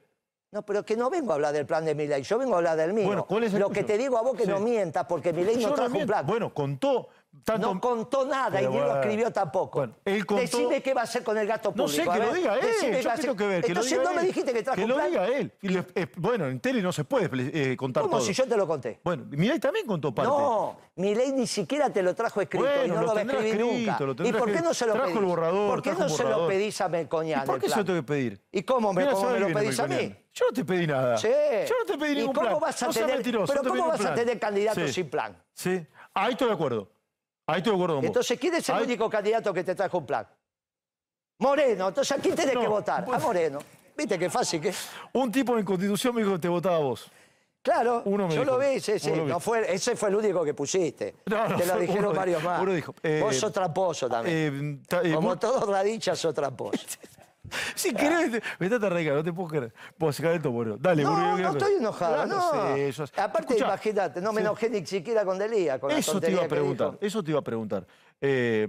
[SPEAKER 2] No, pero que no vengo a hablar del plan de Milei, yo vengo a hablar del mío.
[SPEAKER 1] Bueno, ¿cuál es el
[SPEAKER 2] Lo
[SPEAKER 1] tuyo?
[SPEAKER 2] que te digo a vos que
[SPEAKER 1] Sí.
[SPEAKER 2] no mientas, porque Milei
[SPEAKER 1] Yo
[SPEAKER 2] no
[SPEAKER 1] no
[SPEAKER 2] trajo un
[SPEAKER 1] miento.
[SPEAKER 2] plan.
[SPEAKER 1] Bueno, contó. Tanto...
[SPEAKER 2] no contó nada y
[SPEAKER 1] Pero
[SPEAKER 2] ni lo
[SPEAKER 1] bueno.
[SPEAKER 2] escribió tampoco.
[SPEAKER 1] Bueno, él contó-
[SPEAKER 2] Decime qué va a hacer con el gasto
[SPEAKER 1] No
[SPEAKER 2] público.
[SPEAKER 1] sé,
[SPEAKER 2] a
[SPEAKER 1] que lo
[SPEAKER 2] ver.
[SPEAKER 1] diga
[SPEAKER 2] Decime
[SPEAKER 1] él.
[SPEAKER 2] qué va
[SPEAKER 1] Yo
[SPEAKER 2] a hacer.
[SPEAKER 1] tengo que ver. Que lo
[SPEAKER 2] Entonces
[SPEAKER 1] diga
[SPEAKER 2] no me
[SPEAKER 1] él.
[SPEAKER 2] dijiste que trajo
[SPEAKER 1] Que
[SPEAKER 2] un
[SPEAKER 1] lo
[SPEAKER 2] plan.
[SPEAKER 1] diga él. Y le- eh, bueno, en tele no se puede eh, contar
[SPEAKER 2] ¿Cómo
[SPEAKER 1] todo.
[SPEAKER 2] si yo te lo conté?
[SPEAKER 1] Bueno, Milei también contó parte.
[SPEAKER 2] No, Milei ni siquiera te lo trajo escrito y
[SPEAKER 1] Bueno,
[SPEAKER 2] no
[SPEAKER 1] lo
[SPEAKER 2] lo va a
[SPEAKER 1] tendrá
[SPEAKER 2] escribir
[SPEAKER 1] escrito,
[SPEAKER 2] nunca.
[SPEAKER 1] lo tendrá
[SPEAKER 2] ¿Y por qué
[SPEAKER 1] escrito.
[SPEAKER 2] no se lo
[SPEAKER 1] Trajo el
[SPEAKER 2] pedís?
[SPEAKER 1] borrador,
[SPEAKER 2] ¿Por qué
[SPEAKER 1] trajo
[SPEAKER 2] no
[SPEAKER 1] un
[SPEAKER 2] se lo
[SPEAKER 1] borrador.
[SPEAKER 2] pedís a
[SPEAKER 1] ¿Y
[SPEAKER 2] Melconian?
[SPEAKER 1] por
[SPEAKER 2] el
[SPEAKER 1] qué se lo
[SPEAKER 2] plan?
[SPEAKER 1] tengo que pedir?
[SPEAKER 2] ¿Y cómo me,
[SPEAKER 1] Mirá,
[SPEAKER 2] cómo me
[SPEAKER 1] ¿sabés
[SPEAKER 2] lo
[SPEAKER 1] quién es
[SPEAKER 2] pedís a mí?
[SPEAKER 1] Melconian? Yo no te pedí nada.
[SPEAKER 2] Sí.
[SPEAKER 1] Yo no te pedí
[SPEAKER 2] ¿Y
[SPEAKER 1] ningún
[SPEAKER 2] cómo
[SPEAKER 1] plan.
[SPEAKER 2] vas a
[SPEAKER 1] No seas
[SPEAKER 2] tener-
[SPEAKER 1] mentiroso, no
[SPEAKER 2] pero
[SPEAKER 1] te
[SPEAKER 2] cómo
[SPEAKER 1] pedí
[SPEAKER 2] vas
[SPEAKER 1] un
[SPEAKER 2] a
[SPEAKER 1] plan.
[SPEAKER 2] tener candidatos
[SPEAKER 1] Sí.
[SPEAKER 2] sin plan?
[SPEAKER 1] Sí. Ahí estoy de acuerdo. Ahí estoy de acuerdo con vos.
[SPEAKER 2] Entonces, ¿quién es el
[SPEAKER 1] Ahí-
[SPEAKER 2] único candidato que te trajo un plan? Moreno. Entonces, ¿a quién tenés
[SPEAKER 1] No,
[SPEAKER 2] que votar? A
[SPEAKER 1] bueno.
[SPEAKER 2] Moreno. Viste qué fácil que es.
[SPEAKER 1] Un tipo en Constitución me dijo que te votaba a vos.
[SPEAKER 2] Claro,
[SPEAKER 1] Uno me
[SPEAKER 2] yo lo
[SPEAKER 1] dijo,
[SPEAKER 2] vi, sí, sí.
[SPEAKER 1] uno lo
[SPEAKER 2] No
[SPEAKER 1] vi.
[SPEAKER 2] fue, ese fue el único que pusiste.
[SPEAKER 1] No, no,
[SPEAKER 2] te lo
[SPEAKER 1] fue- <laughs>
[SPEAKER 2] dijeron
[SPEAKER 1] uno di-
[SPEAKER 2] varios más.
[SPEAKER 1] uno dijo, eh,
[SPEAKER 2] Vos sos tramposo también.
[SPEAKER 1] Eh, ta- eh,
[SPEAKER 2] Como
[SPEAKER 1] vos-
[SPEAKER 2] todos radichas, sos tramposo.
[SPEAKER 1] Si querés, te- me estás arreglando, no te puedo creer. Puedo sacar el topo, Dale,
[SPEAKER 2] No,
[SPEAKER 1] boludo, yo
[SPEAKER 2] no,
[SPEAKER 1] quiero-
[SPEAKER 2] estoy enojado,
[SPEAKER 1] Claro,
[SPEAKER 2] no.
[SPEAKER 1] sí, eso es-
[SPEAKER 2] Aparte,
[SPEAKER 1] Escuchá,
[SPEAKER 2] imagínate, no me
[SPEAKER 1] sí.
[SPEAKER 2] enojé ni siquiera con Delía. Con la
[SPEAKER 1] Eso te
[SPEAKER 2] tontería
[SPEAKER 1] iba a
[SPEAKER 2] que
[SPEAKER 1] preguntar,
[SPEAKER 2] dijo.
[SPEAKER 1] eso te iba a preguntar. Eh,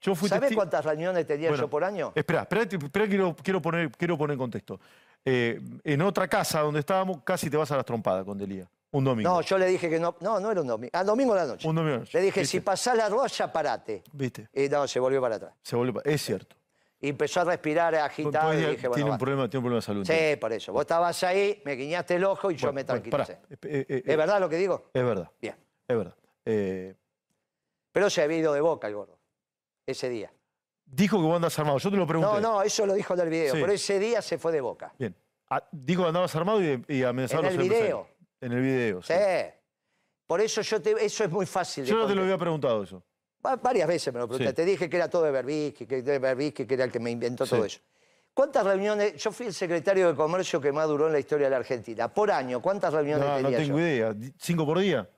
[SPEAKER 1] yo fui
[SPEAKER 2] ¿Sabés
[SPEAKER 1] testi-
[SPEAKER 2] cuántas reuniones tenía
[SPEAKER 1] Bueno,
[SPEAKER 2] yo por año?
[SPEAKER 1] Espera, espera, quiero, quiero poner, quiero poner en contexto. Eh, en otra casa donde estábamos, casi te vas a las trompadas con Delía. Un domingo.
[SPEAKER 2] No, yo le dije que no. No, no era un domingo. Ah, domingo a la noche.
[SPEAKER 1] Un domingo a la noche,
[SPEAKER 2] Le dije,
[SPEAKER 1] ¿viste?
[SPEAKER 2] si pasás la raya, parate.
[SPEAKER 1] ¿Viste?
[SPEAKER 2] Y no, se volvió para atrás.
[SPEAKER 1] Se volvió pa- Es cierto.
[SPEAKER 2] y empezó a respirar, a agitar.
[SPEAKER 1] Pues,
[SPEAKER 2] y
[SPEAKER 1] ya
[SPEAKER 2] dije, bueno,
[SPEAKER 1] tiene, un
[SPEAKER 2] basta.
[SPEAKER 1] problema, tiene un problema de salud.
[SPEAKER 2] Sí, por eso. Vos estabas ahí, me guiñaste el ojo y yo
[SPEAKER 1] Bueno,
[SPEAKER 2] me
[SPEAKER 1] bueno, pará.
[SPEAKER 2] tranquilicé.
[SPEAKER 1] Eh, eh, eh,
[SPEAKER 2] ¿Es verdad lo que digo?
[SPEAKER 1] es verdad,
[SPEAKER 2] Bien.
[SPEAKER 1] es verdad. Eh,
[SPEAKER 2] Pero se había ido de boca el gordo, ese día.
[SPEAKER 1] dijo que vos andás armado. Yo te lo pregunté.
[SPEAKER 2] No, no, eso lo dijo en el video,
[SPEAKER 1] Sí.
[SPEAKER 2] pero ese día se fue de boca.
[SPEAKER 1] Bien. Ah, dijo que andabas armado y, y amenazaba
[SPEAKER 2] En
[SPEAKER 1] a los
[SPEAKER 2] el
[SPEAKER 1] empresarios.
[SPEAKER 2] video.
[SPEAKER 1] En el video.
[SPEAKER 2] Sí.
[SPEAKER 1] Sí.
[SPEAKER 2] Por eso yo te, eso es muy fácil. de
[SPEAKER 1] Yo no te lo
[SPEAKER 2] contestar.
[SPEAKER 1] había preguntado eso.
[SPEAKER 2] Va- Varias veces me lo preguntaste.
[SPEAKER 1] Sí.
[SPEAKER 2] Te dije que era todo de Berbisky, que de Berbisky, que era el que me inventó
[SPEAKER 1] Sí.
[SPEAKER 2] todo eso. ¿Cuántas reuniones? Yo fui el secretario de Comercio que más duró en la historia de la Argentina. Por año, ¿cuántas reuniones
[SPEAKER 1] No, no
[SPEAKER 2] tenía
[SPEAKER 1] tengo
[SPEAKER 2] yo?
[SPEAKER 1] idea. Di- ¿Cinco por día?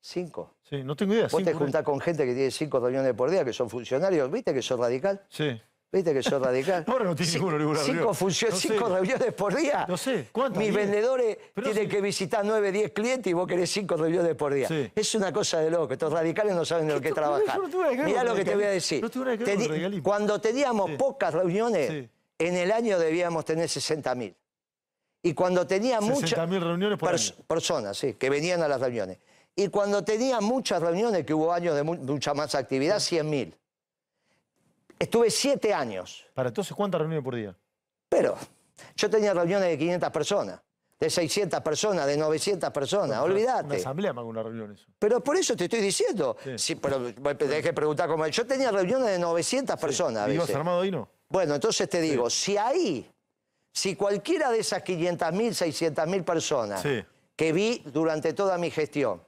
[SPEAKER 2] Cinco.
[SPEAKER 1] Sí, no tengo idea.
[SPEAKER 2] Vos
[SPEAKER 1] cinco
[SPEAKER 2] te
[SPEAKER 1] por día.
[SPEAKER 2] juntás con gente que tiene cinco reuniones por día, que son funcionarios. ¿Viste que sos radical?
[SPEAKER 1] Sí.
[SPEAKER 2] ¿Viste que sos radical?
[SPEAKER 1] Ahora <laughs> no tiene
[SPEAKER 2] Cin-
[SPEAKER 1] ninguno, ninguna
[SPEAKER 2] Cinco,
[SPEAKER 1] reunión.
[SPEAKER 2] funcio-
[SPEAKER 1] No sé.
[SPEAKER 2] cinco reuniones por día.
[SPEAKER 1] No sé, ¿cuántas?
[SPEAKER 2] Mis
[SPEAKER 1] Diez.
[SPEAKER 2] vendedores
[SPEAKER 1] Pero
[SPEAKER 2] tienen
[SPEAKER 1] sí.
[SPEAKER 2] que visitar nueve, diez clientes y vos querés cinco reuniones por día.
[SPEAKER 1] Sí.
[SPEAKER 2] Es una cosa de loco. Estos radicales no saben en lo
[SPEAKER 1] ¿Qué
[SPEAKER 2] que
[SPEAKER 1] tú- no,
[SPEAKER 2] trabajar.
[SPEAKER 1] yo no tuve nada que ver
[SPEAKER 2] Mirá
[SPEAKER 1] con
[SPEAKER 2] lo que te voy a
[SPEAKER 1] radicalismo.
[SPEAKER 2] decir.
[SPEAKER 1] No tuve nada que ver
[SPEAKER 2] Te
[SPEAKER 1] con
[SPEAKER 2] di-
[SPEAKER 1] radicalismo.
[SPEAKER 2] cuando teníamos
[SPEAKER 1] Sí.
[SPEAKER 2] pocas reuniones,
[SPEAKER 1] Sí.
[SPEAKER 2] en el año debíamos tener 60.000. Y cuando tenía muchas
[SPEAKER 1] 60.000 reuniones por
[SPEAKER 2] pers-
[SPEAKER 1] año.
[SPEAKER 2] personas sí, que venían a las reuniones. Y cuando tenía muchas reuniones, que hubo años de mu- mucha más actividad, 100.000. Estuve siete años.
[SPEAKER 1] Para entonces, ¿cuántas reuniones por día?
[SPEAKER 2] Pero yo tenía reuniones de 500 personas, de 600 personas, de 900 personas,
[SPEAKER 1] Una
[SPEAKER 2] olvídate.
[SPEAKER 1] asamblea más que una reunión eso.
[SPEAKER 2] Pero por eso te estoy diciendo.
[SPEAKER 1] Sí.
[SPEAKER 2] Sí, pero me tenés que preguntar cómo es. Yo tenía reuniones de 900 personas a
[SPEAKER 1] ¿Y ibas
[SPEAKER 2] veces.
[SPEAKER 1] armado ahí <laughs> no?
[SPEAKER 2] Bueno, entonces te digo, si ahí, si cualquiera de esas 500.000, 600.000 personas
[SPEAKER 1] Sí.
[SPEAKER 2] que vi durante toda mi gestión,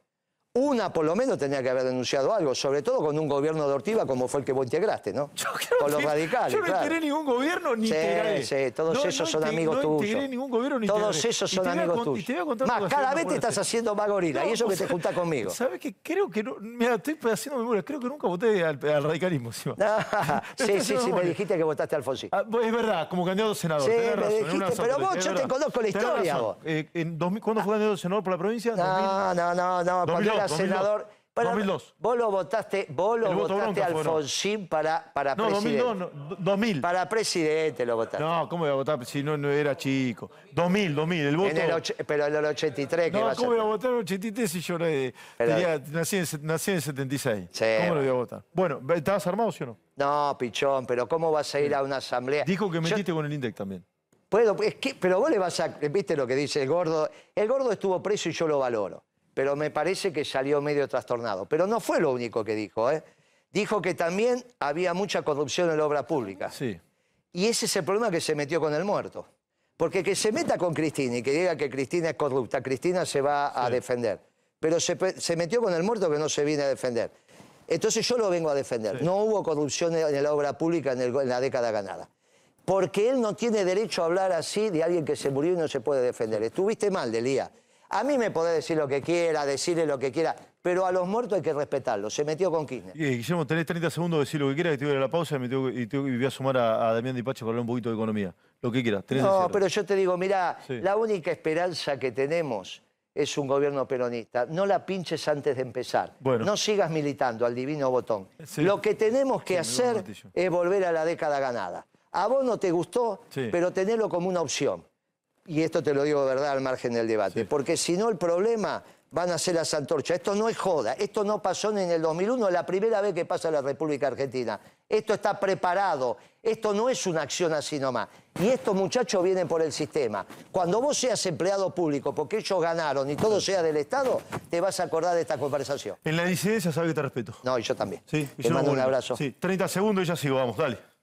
[SPEAKER 2] una por lo menos tenía que haber denunciado algo, sobre todo con un gobierno de Ortiva como fue el que vos integraste, ¿no? con los radicales.
[SPEAKER 1] Yo no
[SPEAKER 2] claro.
[SPEAKER 1] integré ningún gobierno ni
[SPEAKER 2] Sí,
[SPEAKER 1] integré.
[SPEAKER 2] sí, todos
[SPEAKER 1] No,
[SPEAKER 2] esos
[SPEAKER 1] no
[SPEAKER 2] son
[SPEAKER 1] inte-
[SPEAKER 2] amigos
[SPEAKER 1] No
[SPEAKER 2] tuyos.
[SPEAKER 1] integré ningún gobierno ni
[SPEAKER 2] Todos
[SPEAKER 1] integré.
[SPEAKER 2] esos
[SPEAKER 1] Y
[SPEAKER 2] son
[SPEAKER 1] te voy a
[SPEAKER 2] amigos
[SPEAKER 1] con-
[SPEAKER 2] tuyos.
[SPEAKER 1] Y te voy a contar
[SPEAKER 2] Más,
[SPEAKER 1] algo que
[SPEAKER 2] cada
[SPEAKER 1] no
[SPEAKER 2] vez te
[SPEAKER 1] puedo
[SPEAKER 2] estás
[SPEAKER 1] hacer.
[SPEAKER 2] haciendo más gorila, y eso que
[SPEAKER 1] pues,
[SPEAKER 2] te
[SPEAKER 1] <laughs>
[SPEAKER 2] juntás conmigo.
[SPEAKER 1] ¿Sabes qué? Creo que no. Mira, estoy haciendo memoria. Creo que nunca voté al, al radicalismo. encima.
[SPEAKER 2] <laughs> sí, sí, sí, me
[SPEAKER 1] memoria.
[SPEAKER 2] dijiste que votaste a Alfonsín.
[SPEAKER 1] Ah, vos, es verdad, como candidato a senador.
[SPEAKER 2] Sí,
[SPEAKER 1] tenés
[SPEAKER 2] me
[SPEAKER 1] razón, es una
[SPEAKER 2] dijiste,
[SPEAKER 1] razón,
[SPEAKER 2] pero vos,
[SPEAKER 1] es
[SPEAKER 2] yo te
[SPEAKER 1] verdad.
[SPEAKER 2] conozco la
[SPEAKER 1] Tenés
[SPEAKER 2] historia,
[SPEAKER 1] razón.
[SPEAKER 2] vos.
[SPEAKER 1] Eh, en 2000 ¿Cuándo fue candidato a senador por la provincia? ¿En 2000?
[SPEAKER 2] No, no, no, no. Cuando
[SPEAKER 1] 2002,
[SPEAKER 2] era senador.
[SPEAKER 1] 2002,
[SPEAKER 2] Pero
[SPEAKER 1] 2002.
[SPEAKER 2] Vos lo votaste, vos lo
[SPEAKER 1] El voto
[SPEAKER 2] votaste a
[SPEAKER 1] bronca fueron.
[SPEAKER 2] Alfonsín para, para
[SPEAKER 1] No,
[SPEAKER 2] presidente.
[SPEAKER 1] 2002, no, do- 2000.
[SPEAKER 2] Para presidente lo votaste.
[SPEAKER 1] No, ¿cómo voy a votar si no, no era chico? 2000, 2000, el voto.
[SPEAKER 2] En el och- pero en el 83 que
[SPEAKER 1] no,
[SPEAKER 2] vas a
[SPEAKER 1] ¿cómo voy a
[SPEAKER 2] tener?
[SPEAKER 1] votar en 83 si yo era de-
[SPEAKER 2] Pero-
[SPEAKER 1] tenía- nací, en, se- nací en 76?
[SPEAKER 2] Sí,
[SPEAKER 1] ¿Cómo
[SPEAKER 2] bueno.
[SPEAKER 1] lo voy a votar? Bueno, ¿estabas armado sí o no?
[SPEAKER 2] No, pichón, pero ¿cómo vas a ir a una asamblea?
[SPEAKER 1] Dijo que
[SPEAKER 2] Eh, Yo-
[SPEAKER 1] metiste con el INDEC también.
[SPEAKER 2] Puedo, es que- pero vos le vas a. ¿Viste lo que dice el gordo? El gordo estuvo preso y yo lo valoro. Pero me parece que salió medio trastornado. Pero no fue lo único que dijo, ¿eh? Dijo que también había mucha corrupción en la obra pública.
[SPEAKER 1] Sí.
[SPEAKER 2] Y ese es el problema que se metió con el muerto. Porque que se meta con Cristina y que diga que Cristina es corrupta, Cristina se va a defender. Pero se, pe- se metió con el muerto que no se viene a defender. Entonces yo lo vengo a defender. No hubo corrupción en en la obra pública en, el- en la década ganada. Porque él no tiene derecho a hablar así de alguien que se murió y no se puede defender. Estuviste mal, Delía. A mí me podés decir lo que quiera, decirle lo que quiera, pero a los muertos hay que respetarlos. Se metió con Kirchner.
[SPEAKER 1] Eh, Guillermo, tenés 30 segundos de decir lo que quieras, que te voy a ir a la pausa y, me tengo que- y tengo que- y voy a sumar a, a Damián Dipache para hablar un poquito de economía. Lo que quieras, tenés el
[SPEAKER 2] No,
[SPEAKER 1] cierre.
[SPEAKER 2] pero yo te digo, mira,
[SPEAKER 1] Sí.
[SPEAKER 2] la única esperanza que tenemos es un gobierno peronista. No la pinches antes de empezar.
[SPEAKER 1] Bueno.
[SPEAKER 2] No sigas militando al divino botón.
[SPEAKER 1] Sí.
[SPEAKER 2] Lo que tenemos que
[SPEAKER 1] Sí, me dio un
[SPEAKER 2] hacer
[SPEAKER 1] martillo.
[SPEAKER 2] es volver a la década ganada. A vos no te gustó,
[SPEAKER 1] Sí.
[SPEAKER 2] pero tenelo como una opción. Y esto te lo digo de verdad al margen del debate, porque si no el problema van a ser las antorchas. Esto no es joda, esto no pasó ni en el 2001, es la primera vez que pasa en la República Argentina. Esto está preparado, esto no es una acción así nomás. Y estos muchachos vienen por el sistema. Cuando vos seas empleado público, porque ellos ganaron y todo sea del Estado, te vas a acordar de esta conversación.
[SPEAKER 1] En la disidencia sabes que te respeto.
[SPEAKER 2] No, y yo también.
[SPEAKER 1] Sí, y
[SPEAKER 2] te
[SPEAKER 1] yo no
[SPEAKER 2] mando un
[SPEAKER 1] vuelvo.
[SPEAKER 2] abrazo.
[SPEAKER 1] Sí, 30 segundos y ya sigo, vamos, dale.